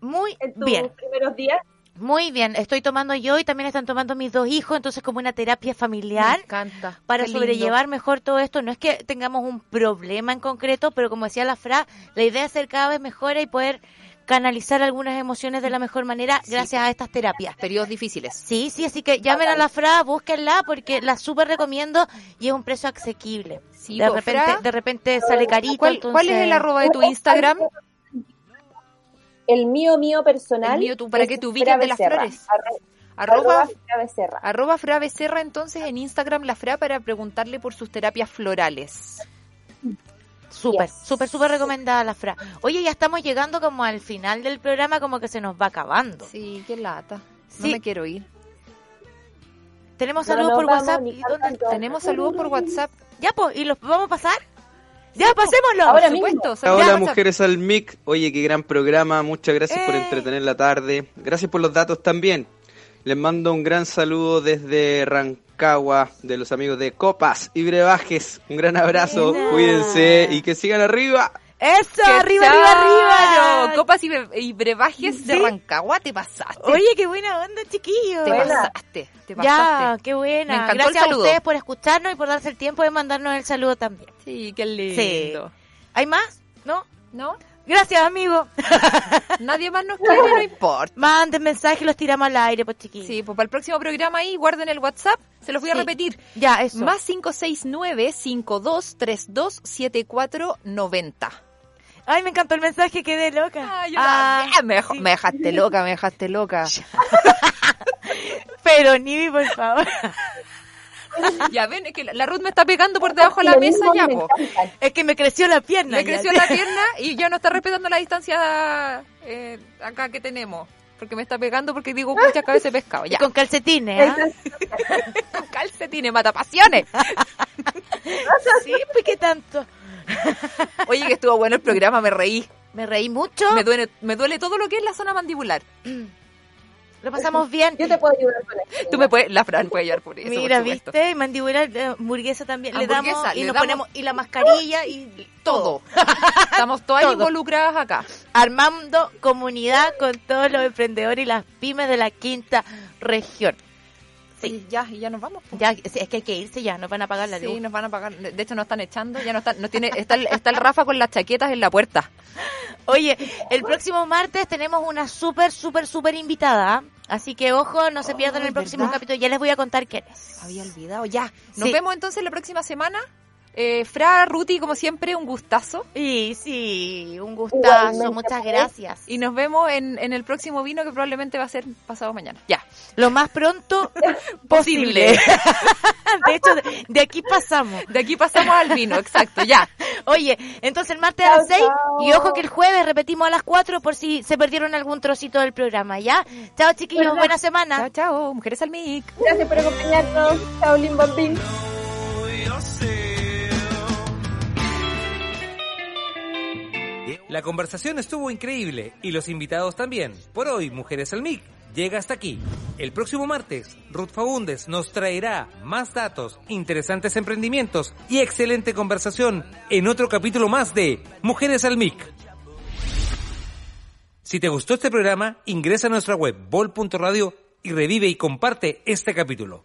[SPEAKER 3] muy
[SPEAKER 5] en tus
[SPEAKER 3] bien,
[SPEAKER 5] primeros días?
[SPEAKER 3] muy bien. Estoy tomando yo y también están tomando mis dos hijos, entonces como una terapia familiar
[SPEAKER 4] Me encanta.
[SPEAKER 3] para
[SPEAKER 4] Qué lindo.
[SPEAKER 3] sobrellevar mejor todo esto. No es que tengamos un problema en concreto, pero como decía la Fra, la idea es ser cada vez mejor y poder canalizar algunas emociones de la mejor manera
[SPEAKER 4] Sí.
[SPEAKER 3] gracias a estas terapias.
[SPEAKER 4] Periodos difíciles.
[SPEAKER 3] Sí, sí, así que llamen a la Fra, búsquenla porque la súper recomiendo y es un precio asequible.
[SPEAKER 4] Sí,
[SPEAKER 3] de
[SPEAKER 4] po,
[SPEAKER 3] repente,
[SPEAKER 4] Fra. Ah,
[SPEAKER 3] de repente sale carito.
[SPEAKER 4] ¿Cuál,
[SPEAKER 3] entonces-
[SPEAKER 4] cuál es el arroba de tu Instagram?
[SPEAKER 5] El mío, mío personal.
[SPEAKER 4] El mío, tú, para
[SPEAKER 5] es
[SPEAKER 4] que te ubiquen
[SPEAKER 5] Fra
[SPEAKER 4] de las
[SPEAKER 5] Becerra,
[SPEAKER 4] flores.
[SPEAKER 5] arro- Arroba,
[SPEAKER 4] Arroba,
[SPEAKER 5] Fra Becerra.
[SPEAKER 4] arroba Fra Becerra, entonces en Instagram la Fra para preguntarle por sus terapias florales.
[SPEAKER 3] Súper,
[SPEAKER 5] Yes.
[SPEAKER 3] súper, súper recomendada la Fra. Oye, ya estamos llegando como al final del programa, como que se nos va acabando.
[SPEAKER 4] Sí, qué lata. No
[SPEAKER 3] Sí.
[SPEAKER 4] me quiero ir.
[SPEAKER 3] Tenemos
[SPEAKER 5] No,
[SPEAKER 3] saludos
[SPEAKER 5] no,
[SPEAKER 3] por
[SPEAKER 5] vamos,
[SPEAKER 3] WhatsApp.
[SPEAKER 5] ni
[SPEAKER 3] ¿Y dónde
[SPEAKER 5] cantando.
[SPEAKER 4] Tenemos saludos por WhatsApp.
[SPEAKER 3] Ya, pues, ¿y los vamos a pasar? Ya,
[SPEAKER 4] pues.
[SPEAKER 3] pasémoslo.
[SPEAKER 5] Ahora
[SPEAKER 4] por
[SPEAKER 5] mismo.
[SPEAKER 4] supuesto. saludos por
[SPEAKER 10] Hola
[SPEAKER 4] WhatsApp.
[SPEAKER 10] mujeres al mic, oye qué gran programa, muchas gracias por
[SPEAKER 3] Eh.
[SPEAKER 10] entretener la tarde, gracias por los datos también. Les mando un gran saludo desde Rancagua, de los amigos de Copas y Brebajes, un gran abrazo,
[SPEAKER 3] Mira.
[SPEAKER 10] cuídense y que sigan arriba.
[SPEAKER 3] Eso,
[SPEAKER 4] ¡Qué
[SPEAKER 3] arriba, arriba, arriba.
[SPEAKER 4] choro! Copas y, be- y brebajes de
[SPEAKER 3] Sí.
[SPEAKER 4] Rancagua, te pasaste.
[SPEAKER 3] Oye, qué buena onda, chiquillos.
[SPEAKER 4] te
[SPEAKER 5] buena.
[SPEAKER 4] pasaste,
[SPEAKER 3] Ya,
[SPEAKER 4] te pasaste.
[SPEAKER 3] qué buena.
[SPEAKER 4] Me encantó el
[SPEAKER 3] Gracias a
[SPEAKER 4] saludo.
[SPEAKER 3] ustedes por escucharnos y por darse el tiempo de mandarnos el saludo también.
[SPEAKER 4] Sí, qué lindo.
[SPEAKER 3] ¿Hay más? ¿No?
[SPEAKER 4] ¿No?
[SPEAKER 3] Gracias, amigo.
[SPEAKER 4] Nadie más nos quiere, no importa.
[SPEAKER 3] Manden mensajes, los tiramos al aire, pues, chiquillos.
[SPEAKER 4] Sí, pues para el próximo programa ahí, guarden el WhatsApp, se los voy a
[SPEAKER 3] Sí.
[SPEAKER 4] repetir.
[SPEAKER 3] Ya, eso.
[SPEAKER 4] Más 569-5232-7490.
[SPEAKER 3] Ay, me encantó el mensaje, quedé loca.
[SPEAKER 4] Ah, yo
[SPEAKER 3] Ah,
[SPEAKER 4] también. me, me dejaste loca, me dejaste loca.
[SPEAKER 3] pero Nivi, por
[SPEAKER 4] (laughs)
[SPEAKER 3] favor.
[SPEAKER 4] ya ven, es que la- la Ruth me está pegando por debajo de la
[SPEAKER 5] Lo
[SPEAKER 4] mesa
[SPEAKER 5] mismo
[SPEAKER 4] ya,
[SPEAKER 5] me
[SPEAKER 4] po.
[SPEAKER 5] encantan.
[SPEAKER 3] Es que me creció la pierna.
[SPEAKER 4] Me
[SPEAKER 3] ya,
[SPEAKER 4] creció
[SPEAKER 3] sí.
[SPEAKER 4] la pierna (laughs) y ya no está respetando la distancia eh, acá que tenemos. Porque me está pegando porque digo muchas cabezas de pescado. (laughs) Ya,
[SPEAKER 3] (laughs) Con calcetines, ¿ah?
[SPEAKER 4] con calcetines, mata pasiones.
[SPEAKER 3] Sí, pues qué tanto.
[SPEAKER 4] Oye, que estuvo bueno el programa, me reí.
[SPEAKER 3] Me reí mucho,
[SPEAKER 4] Me duele, me duele todo lo que es la zona mandibular.
[SPEAKER 3] lo pasamos bien.
[SPEAKER 5] Yo te puedo ayudar con esto.
[SPEAKER 4] Tú me puedes, la Fran puede ayudar por eso. por
[SPEAKER 3] Mira,
[SPEAKER 4] supuesto.
[SPEAKER 3] viste, y mandíbula, eh, hamburguesa también. Le damos
[SPEAKER 4] Hamburguesa,
[SPEAKER 3] y
[SPEAKER 4] le
[SPEAKER 3] nos
[SPEAKER 4] damos-
[SPEAKER 3] ponemos y la mascarilla y
[SPEAKER 4] (laughs) Todo. Estamos todas
[SPEAKER 3] Todo.
[SPEAKER 4] involucradas acá.
[SPEAKER 3] armando comunidad con todos los emprendedores y las pymes de la quinta región. Sí.
[SPEAKER 4] Y ya, y ya nos vamos. po.
[SPEAKER 3] Ya, es es que hay que irse ya, no van a pagar la
[SPEAKER 4] Sí,
[SPEAKER 3] luz.
[SPEAKER 4] nos van a pagar. De hecho, nos están echando. Ya no están, no tiene, está, el, está el Rafa con las chaquetas en la puerta.
[SPEAKER 3] Oye, el próximo martes tenemos una súper, súper, súper invitada. ¿ah? Así que ojo, no se pierdan
[SPEAKER 4] Ay,
[SPEAKER 3] el próximo
[SPEAKER 4] ¿verdad?
[SPEAKER 3] capítulo. Ya les voy a contar quién es.
[SPEAKER 4] Había olvidado, ya. Nos
[SPEAKER 3] Sí.
[SPEAKER 4] vemos entonces la próxima semana. Eh, Fra, Ruti, como siempre, un gustazo.
[SPEAKER 3] Y sí, un gustazo,
[SPEAKER 5] Igualmente,
[SPEAKER 3] muchas
[SPEAKER 5] pues.
[SPEAKER 3] gracias.
[SPEAKER 4] Y nos vemos en, en el próximo vino que probablemente va a ser pasado mañana. Ya.
[SPEAKER 3] Lo más pronto posible.
[SPEAKER 4] (laughs)
[SPEAKER 3] (laughs)
[SPEAKER 4] Posible.
[SPEAKER 3] De hecho, de- de aquí pasamos.
[SPEAKER 4] De aquí pasamos al vino, exacto, ya.
[SPEAKER 3] Oye, entonces el martes a las
[SPEAKER 5] Chao,
[SPEAKER 3] 6
[SPEAKER 5] chao.
[SPEAKER 3] y ojo que el jueves repetimos a las 4 por si se perdieron algún trocito del programa, ¿ya? Chao chiquillos,
[SPEAKER 5] ¿Verdad?
[SPEAKER 3] buena semana.
[SPEAKER 4] Chao, chao, mujeres al mic.
[SPEAKER 5] Gracias por acompañarnos. Chao, Lin Bambín.
[SPEAKER 6] know it
[SPEAKER 11] yourself.
[SPEAKER 2] La conversación estuvo increíble y los invitados también. Por hoy, Mujeres al MIC llega hasta aquí. El próximo martes, Ruth Faúndes nos traerá más datos, interesantes emprendimientos y excelente conversación en otro capítulo más de Mujeres al MIC. Si te gustó este programa, ingresa a nuestra web bol.radio y revive y comparte este capítulo.